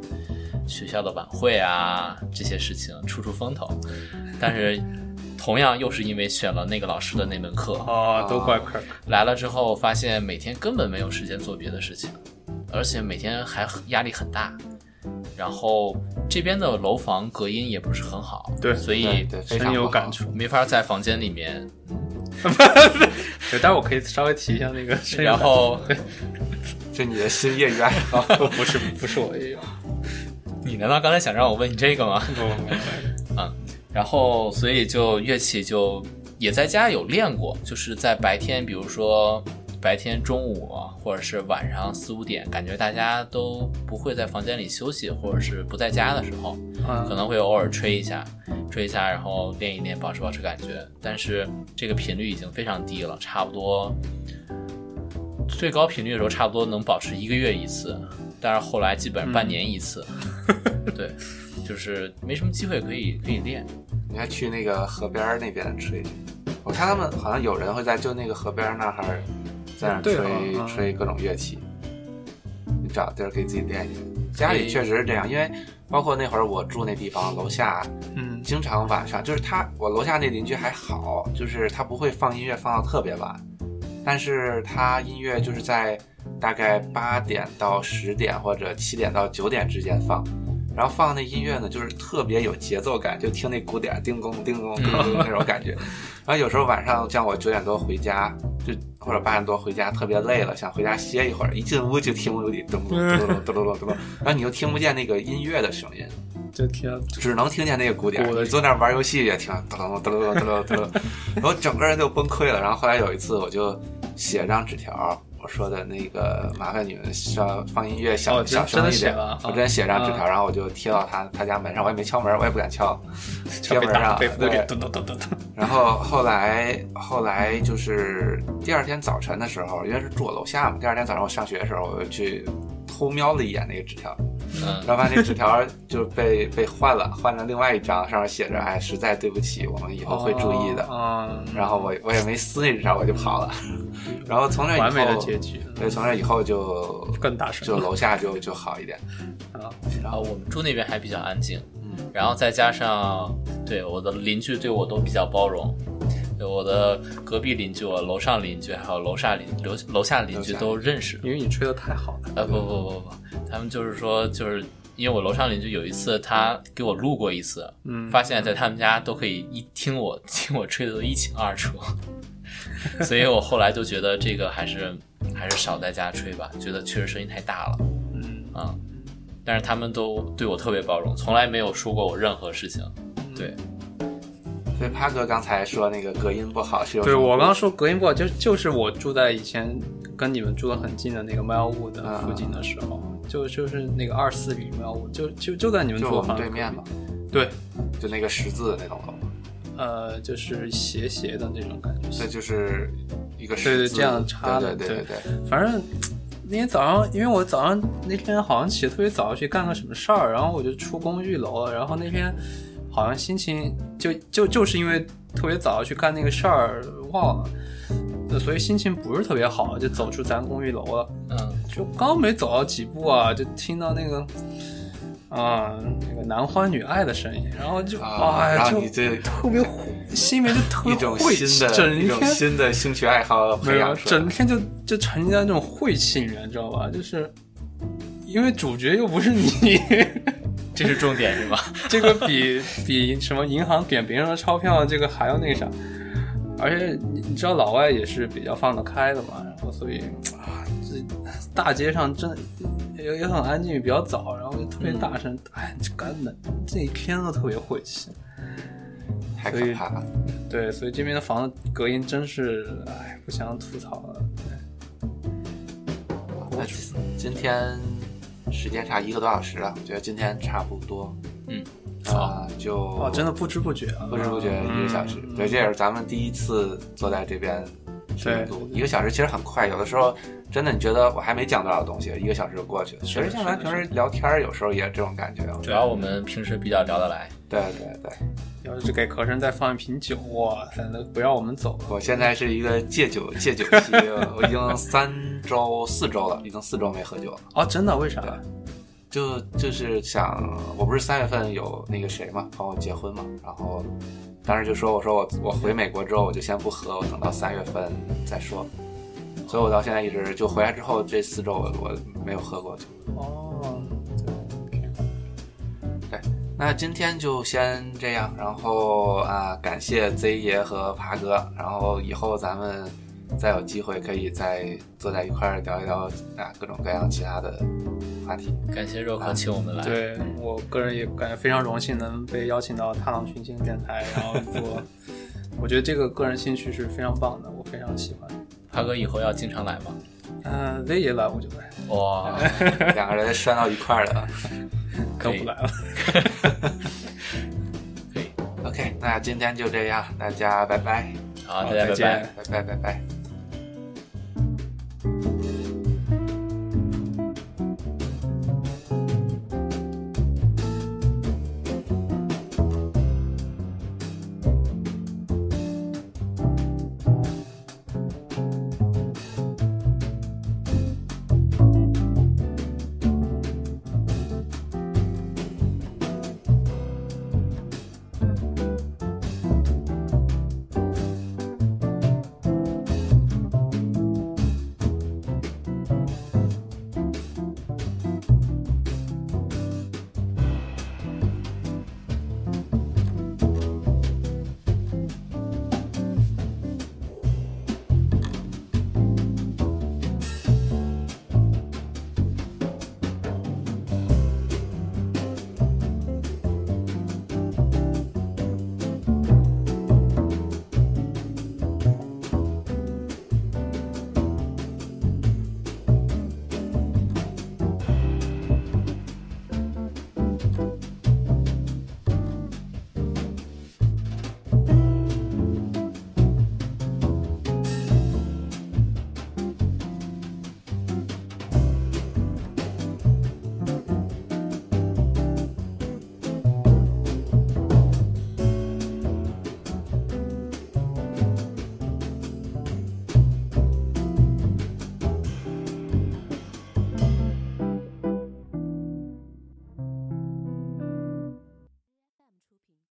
[SPEAKER 2] 学校的晚会啊这些事情出出风头，但是同样又是因为选了那个老师的那门课，
[SPEAKER 3] 哦，都怪科尔
[SPEAKER 2] 来了之后，发现每天根本没有时间做别的事情，而且每天还很压力很大。然后这边的楼房隔音也不是很好，
[SPEAKER 3] 对
[SPEAKER 2] 所
[SPEAKER 1] 对
[SPEAKER 2] 以
[SPEAKER 1] 对，非常
[SPEAKER 3] 深有
[SPEAKER 1] 不好
[SPEAKER 3] 感触。。
[SPEAKER 2] 没法在房间里面。
[SPEAKER 3] 对，待会儿我可以稍微提一下那个深有
[SPEAKER 2] 然
[SPEAKER 3] 感触。
[SPEAKER 2] 后
[SPEAKER 1] 这你的新业余爱好，
[SPEAKER 3] 不是不是我也有，
[SPEAKER 2] 你难道刚才想让我问你这个吗？然后所以就乐器就也在家有练过，就是在白天，比如说白天中午啊，或者是晚上四五点，感觉大家都不会在房间里休息，或者是不在家的时候，可
[SPEAKER 3] 嗯，
[SPEAKER 2] 能会偶尔吹一下，吹一下，然后练一练，保持保持感觉。但是这个频率已经非常低了，差不多最高频率的时候，差不多能保持一个月一次，但是后来基本上半年一次。 对，就是没什么机会可以可以练。
[SPEAKER 1] 你还去那个河边儿那边吹？我看他们好像有人会在就那个河边儿那儿，在那儿
[SPEAKER 3] 对
[SPEAKER 1] 吹、
[SPEAKER 3] 啊嗯
[SPEAKER 1] 吹各种乐器。你找地儿给自己练一练。家里确实是这样，因为包括那会儿我住那地方，楼下
[SPEAKER 3] 嗯，
[SPEAKER 1] 经常晚上就是他，我楼下那邻居还好，就是他不会放音乐放到特别晚，但是他音乐就是在大概八点到十点或者七点到九点之间放，然后放那音乐呢就是特别有节奏感，就听那鼓点儿叮咚叮咚叮咚那种感觉。然后有时候晚上像我九点多回家，就或者八点多回家特别累了，想回家歇一会儿，一进屋就听屋里咚咚咚咚咚咚咚咚，然后你又听不见那个音乐的声音。
[SPEAKER 3] 就听
[SPEAKER 1] 只能听见那个鼓点儿。
[SPEAKER 3] 鼓的
[SPEAKER 1] 你坐那儿玩游戏也听，噔噔噔噔噔噔噔，然后整个人就崩溃了。然后后来有一次，我就写张纸条，我说的那个麻烦你们稍放音乐小、
[SPEAKER 3] 哦真
[SPEAKER 1] 小声一
[SPEAKER 3] 真的写
[SPEAKER 1] 点
[SPEAKER 3] 了啊。
[SPEAKER 1] 我真写张纸条，然后我就贴到他他家门上，我也没敲门，我也不敢敲，贴
[SPEAKER 3] 被
[SPEAKER 1] 门
[SPEAKER 3] 打
[SPEAKER 1] 上
[SPEAKER 3] 被那
[SPEAKER 1] 对
[SPEAKER 3] 给，咚咚咚咚咚。
[SPEAKER 1] 然后后来后来就是第二天早晨的时候，因为是住我楼下嘛，第二天早上我上学的时候，我就去偷瞄了一眼那个纸条，
[SPEAKER 2] 嗯，
[SPEAKER 1] 然后发现那纸条就被被换了，换成另外一张，上面写着“哎，实在对不起，我们以后会注意的”
[SPEAKER 3] 嗯，
[SPEAKER 1] 然后我我也没撕那纸条，我就跑了。 然后从那以后，
[SPEAKER 3] 完美的结局，
[SPEAKER 1] 对，从那以后就
[SPEAKER 3] 更大 声
[SPEAKER 1] 就楼下就就好一点。
[SPEAKER 3] 啊，
[SPEAKER 2] 然后我们住那边还比较安静，
[SPEAKER 1] 嗯，
[SPEAKER 2] 然后再加上对我的邻居对我都比较包容，对我的隔壁邻居、我楼上邻居还有楼下邻楼楼下邻居都认识。
[SPEAKER 3] 因为你吹的太好了，
[SPEAKER 2] 呃，不不不不，他们就是说，就是因为我楼上邻居有一次他给我录过一次，
[SPEAKER 3] 嗯，
[SPEAKER 2] 发现在他们家都可以一听我听我吹的都一清二楚， 所以我后来就觉得这个还是还是少在家吹吧，觉得确实声音太大了。
[SPEAKER 3] 嗯
[SPEAKER 2] 啊、但是他们都对我特别包容，从来没有说过我任何事情。对，
[SPEAKER 1] 所以帕哥刚才说那个隔音不好是有
[SPEAKER 3] 对
[SPEAKER 1] 什么
[SPEAKER 3] 我刚刚说隔音不好，就就是我住在以前跟你们住的很近的那个 Melwood 的附近的时候，就就是那个二四零 Melwood，就就就在你们
[SPEAKER 1] 就
[SPEAKER 3] 住
[SPEAKER 1] 我们
[SPEAKER 3] 的房
[SPEAKER 1] 对面嘛，
[SPEAKER 3] 对，
[SPEAKER 1] 就那个十字的那栋楼。
[SPEAKER 3] 呃，就是斜斜的那种感
[SPEAKER 1] 这
[SPEAKER 3] 觉。
[SPEAKER 1] 就是一个
[SPEAKER 3] 对
[SPEAKER 1] 十
[SPEAKER 3] 对
[SPEAKER 1] 字
[SPEAKER 3] 这样插的
[SPEAKER 1] 对对对对，
[SPEAKER 3] 反正那天早上，因为我早上那天好像起得特别早去干个什么事儿，然后我就出公寓楼了，然后那天好像心情就就就是因为特别早去干那个事儿忘了。呃所以心情不是特别好，就走出咱公寓楼了。
[SPEAKER 2] 嗯，
[SPEAKER 3] 就刚没走到几步啊，就听到那个，啊、那个男欢女爱的声音，然后就
[SPEAKER 1] 啊，
[SPEAKER 3] 哎
[SPEAKER 1] 然
[SPEAKER 3] 呀，
[SPEAKER 1] 后
[SPEAKER 3] 就
[SPEAKER 1] 你这
[SPEAKER 3] 特别火，心里面就特
[SPEAKER 1] 一
[SPEAKER 3] 别
[SPEAKER 1] 种
[SPEAKER 3] 晦气
[SPEAKER 1] 新，的
[SPEAKER 3] 整
[SPEAKER 1] 一种
[SPEAKER 3] 天
[SPEAKER 1] 新的兴趣爱好
[SPEAKER 3] 没
[SPEAKER 1] 培
[SPEAKER 3] 有，
[SPEAKER 1] 养出来
[SPEAKER 3] 整，天就就沉浸在那种晦气里面，你知道吧？就是因为主角又不是你，
[SPEAKER 2] 这是重点是吧？
[SPEAKER 3] 这个比 比什么银行点别人的钞票这个还要那个啥，而且你你知道老外也是比较放得开的嘛，然后所以啊，这大街上真的也也很安静，比较早，然后就特别大声，哎，这干的这一天都特别晦气。
[SPEAKER 1] 太可
[SPEAKER 3] 所以
[SPEAKER 1] 怕了。
[SPEAKER 3] 对，所以这边的房子隔音真是，哎，不想吐槽了。
[SPEAKER 1] 那今天时间差一个多小时啊，我觉得今天差不多
[SPEAKER 2] 嗯，
[SPEAKER 1] 啊，就
[SPEAKER 3] 哦，真的不知不觉啊，
[SPEAKER 1] 不知不觉一个小时
[SPEAKER 3] 嗯。
[SPEAKER 1] 对，这也是咱们第一次坐在这边深度，一个小时其实很快，有的时候。真的，你觉得我还没讲多少东西，一个小时就过去了。其
[SPEAKER 3] 的
[SPEAKER 1] 实像咱
[SPEAKER 3] 是的
[SPEAKER 1] 平时聊天儿，有时候也这种感觉。
[SPEAKER 2] 主要我们平时比较聊得来，
[SPEAKER 1] 对对对，
[SPEAKER 3] 要是给和珅再放一瓶酒，哇塞，那不让我们走了。
[SPEAKER 1] 我现在是一个戒酒戒酒期，我已经三周四周了，已经四周没喝酒了。
[SPEAKER 3] 哦，真的？为啥？
[SPEAKER 1] 就就是想，我不是三月份有那个谁嘛，朋友结婚嘛，然后当时就说，我说我我回美国之后我就先不喝，我等到三月份再说。所以我到现在一直就回来之后这四周我我没有喝过酒。
[SPEAKER 3] 哦，
[SPEAKER 1] 那今天就先这样，然后啊，感谢 Z 爷和爬哥，然后以后咱们再有机会可以再坐在一块儿聊一聊啊各种各样其他的话题。
[SPEAKER 2] 感谢肉壳请我们来。
[SPEAKER 3] 对我个人也感觉非常荣幸能被邀请到踏浪群星电台，然后做，我觉得这个个人兴趣是非常棒的，我非常喜欢。
[SPEAKER 2] 帕哥以后要经常来吗？
[SPEAKER 3] 嗯、呃、，Z 也来我就来，
[SPEAKER 2] 哇，
[SPEAKER 1] 两个人 拴到一块儿了。啊
[SPEAKER 3] 可
[SPEAKER 2] 可以
[SPEAKER 3] 不来了。
[SPEAKER 2] 可以，
[SPEAKER 1] OK，那今天就这样，大家拜拜，
[SPEAKER 2] 好，
[SPEAKER 3] 好
[SPEAKER 2] 大家拜
[SPEAKER 3] 再见
[SPEAKER 1] 拜
[SPEAKER 2] 拜。
[SPEAKER 1] 拜，拜拜。